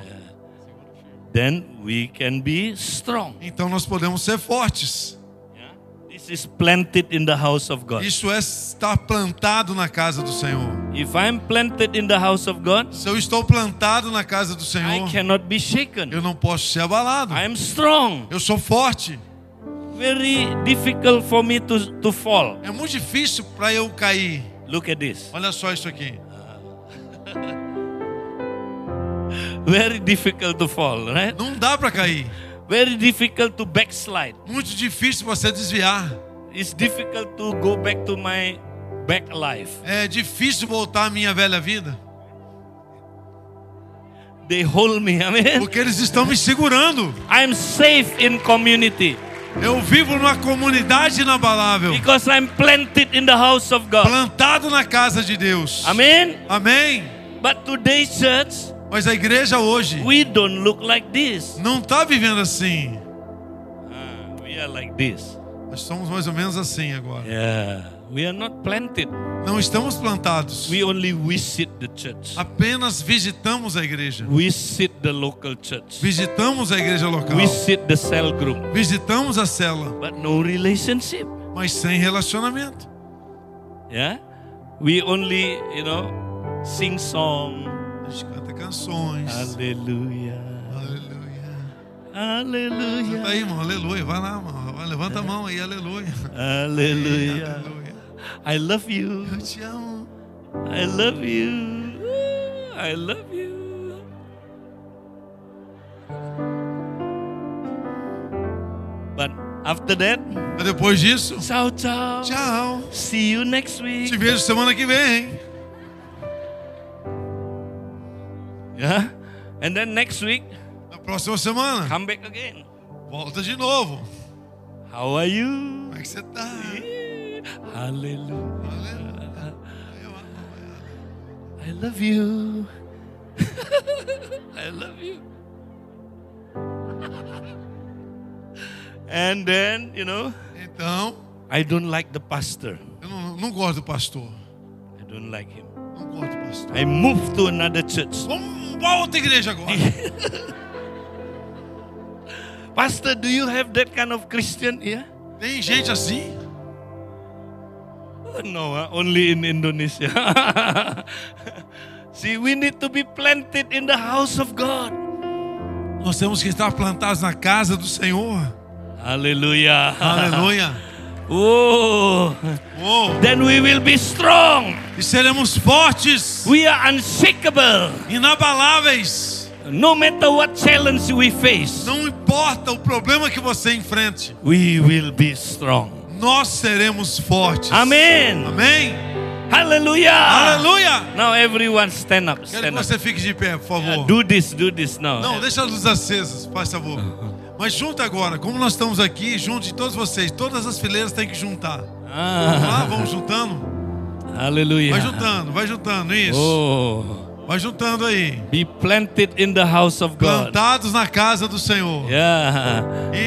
Then we can be strong.
Então nós podemos ser fortes.
Yeah? This is planted in the house of God.
Isso é estar plantado na casa do Senhor.
If I'm planted in the house of God,
Se eu estou plantado na casa do
I
Senhor,
cannot be shaken.
eu não posso ser abalado.
I am strong.
Eu sou forte.
Very difficult for me to, to fall.
É muito difícil para eu cair.
Look at this.
Olha só isso aqui.
Very difficult to fall, right?
Não dá para cair.
Very difficult to backslide.
Muito difícil você desviar.
It's difficult to go back to my back life.
É difícil voltar à minha velha vida.
They hold me. [laughs] Amen.
Porque eles estão me segurando.
I'm safe in community.
Eu vivo numa comunidade inabalável.
Because I'm planted in the house of God.
Plantado na casa de Deus.
Amen.
Amém.
But today, church,
Mas a igreja hoje
we don't look like this.
não está vivendo assim.
Ah, we are like this.
Nós somos mais ou menos assim agora.
Yeah. We are not planted.
Não estamos plantados.
We only visit the church.
Apenas visitamos a igreja.
Visit the local church.
Visitamos a igreja local.
Visit the cell group.
Visitamos a cela,
But no relationship.
mas sem relacionamento.
Yeah. We only, you know, sing song.
A gente canta canções.
Hallelujah.
Aleluia. Você tá
Hallelujah.
aí, irmão. Aleluia. Vai lá, irmão. Vai, Levanta a mão aí. Aleluia.
Hallelujah.
Aleluia.
I love you.
Eu te amo.
I love you. I love you. But after that,
Mas depois disso,
ciao, ciao.
tchau.
See you next
Te
week.
vejo semana que vem. hein?
Yeah. And then next week,
Na próxima semana.
come back again.
Volta de novo.
How are you?
Como é que você tá?
Hallelujah.
Aleluia.
I love you. [laughs] I love you. and then, you know,
Então,
I don't like the pastor.
eu não, não gosto do pastor.
I don't like him.
Não gosto do pastor.
I moved to another church. [laughs]
Vamos pra outra igreja agora.
Pastor, do you have that kind of Christian here?
Tem gente assim?
No, uh, only in Indonesia. [laughs] See, we need to be planted in the house of God.
Nós temos que estar plantados na casa do Senhor.
Hallelujah. [laughs]
Aleluia.
Oh,
Uou.
then we will be strong.
E seremos fortes,
We are unshakable.
inabaláveis.
No matter what challenge we face,
Não importa o problema que você enfrente,
we will be strong.
nós seremos fortes.
Amen.
Amém.
Hallelujah.
Aleluia.
Now everyone stand up.
Quero que
Ah. Stand up. É,
você fique de pé, por favor.
Do this, do this now.
Não, deixa as luzes acesas, faz
[laughs]
favor. Mas junta agora, como nós estamos aqui, junte todos vocês, todas as fileiras têm que juntar. Vamos lá,
Ah,
vamos juntando? Vai
hallelujah.
juntando, vai juntando, isso.
Oh,
Vai juntando aí.
be planted in the house of God.
Plantados na casa do Senhor.
Yeah.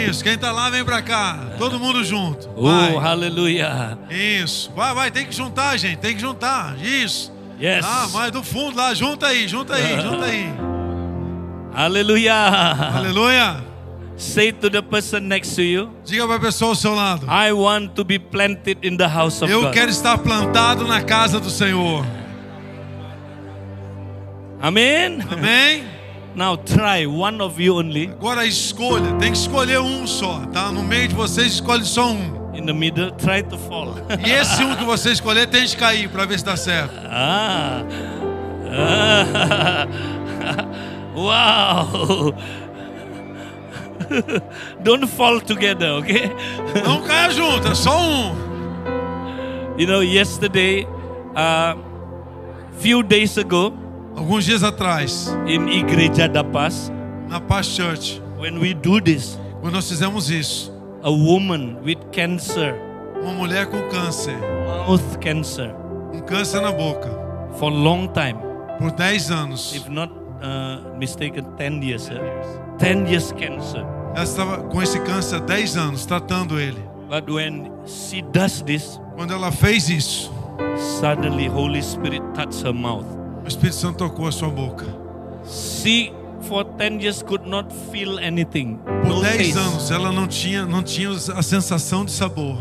Isso, quem tá lá vem pra cá. Todo mundo junto.
Oh,
Vai.
hallelujah.
Isso. Vai, vai, tem que juntar, gente, tem que juntar. Isso.
Yes. Uh-huh.
Ah, mais do fundo lá, junta aí, junta aí, junta aí.
Hallelujah.
Aleluia.
Say to the person next to you,
Diga pra pessoa ao seu lado.
I want to be planted in the house Ah, of
Eu
God.
quero estar plantado na casa do Senhor.
Amen.
Amém?
Now try one of you only
Agora escolha, tem que escolher um só, tá? No meio de vocês escolhe só um.
in the middle. Try to fall. [laughs]
E esse um que você escolher tem de cair pra ver se dá certo.
Ah. [laughs] Ah. wow. [laughs] Don't fall together, okay? [laughs]
Não caia junto, é só um.
You know, yesterday, uh, few days ago,
Alguns dias atrás,
in Igreja da Paz,
na Paz Church,
when we do this,
quando nós fizemos isso,
a woman with cancer,
uma mulher com câncer,
mouth cancer,
um câncer na boca,
for long time,
por 10 anos,
if not uh, mistaken, 10 years, eh? 10 years cancer.
ela estava com esse câncer há 10 anos, tratando ele.
But when she does this,
Quando ela fez isso,
suddenly Holy Spirit touched her mouth.
o Espírito Santo tocou a sua boca.
She for 10 years could not feel anything.
Por
No
10
taste.
anos, ela não tinha, não tinha a sensação de sabor.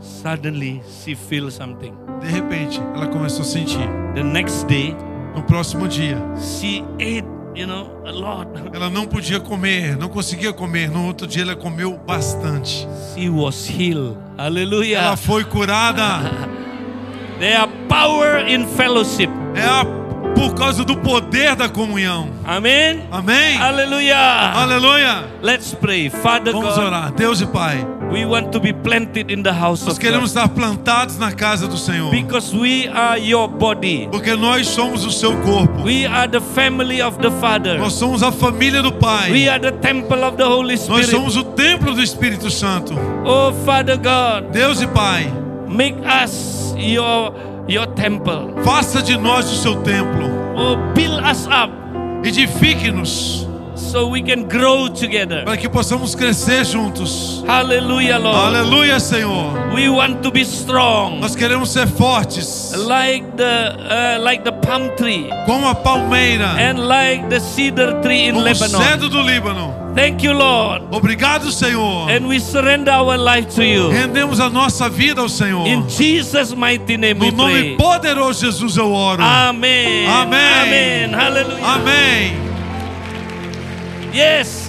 Suddenly she feels something.
De repente, ela começou a sentir.
The next day
No próximo dia,
she ate, you know, a lot. [laughs]
ela não podia comer, não conseguia comer. No outro dia, ela comeu bastante.
She was healed.
Ela
Hallelujah.
foi curada.
There are power in fellowship.
É a- por causa do poder da comunhão.
Amen.
Amém?
Hallelujah.
Aleluia!
Let's pray. Father
Vamos
God,
orar. Deus e Pai,
we want to be planted in the house
nós
of
queremos
God
estar plantados na casa do Senhor.
because we are your body.
Porque nós somos o seu corpo.
We are the family of the Father.
Nós somos a família do
We
Pai.
are the temple of the Holy
Nós
Spirit.
somos o templo do Espírito Santo.
Oh Father God,
Deus e Pai,
make us your your temple.
faça de nós o seu templo.
Oh, build us up
Edifique-nos.
so we can grow together.
para que possamos crescer juntos.
Hallelujah, Lord.
Aleluia, Senhor.
We want to be strong,
Nós queremos ser fortes,
like the uh, like the palm tree
como a palmeira,
and like the cedar tree in
como o
Lebanon.
cedro do Líbano.
Thank you, Lord.
Obrigado, Senhor.
And we surrender our life to you.
Rendemos a nossa vida ao Senhor.
In Jesus' mighty name
No
Oh. we
nome
pray.
poderoso de Jesus eu oro.
Amen.
Amen.
Amen. Hallelujah.
Amém.
Yes.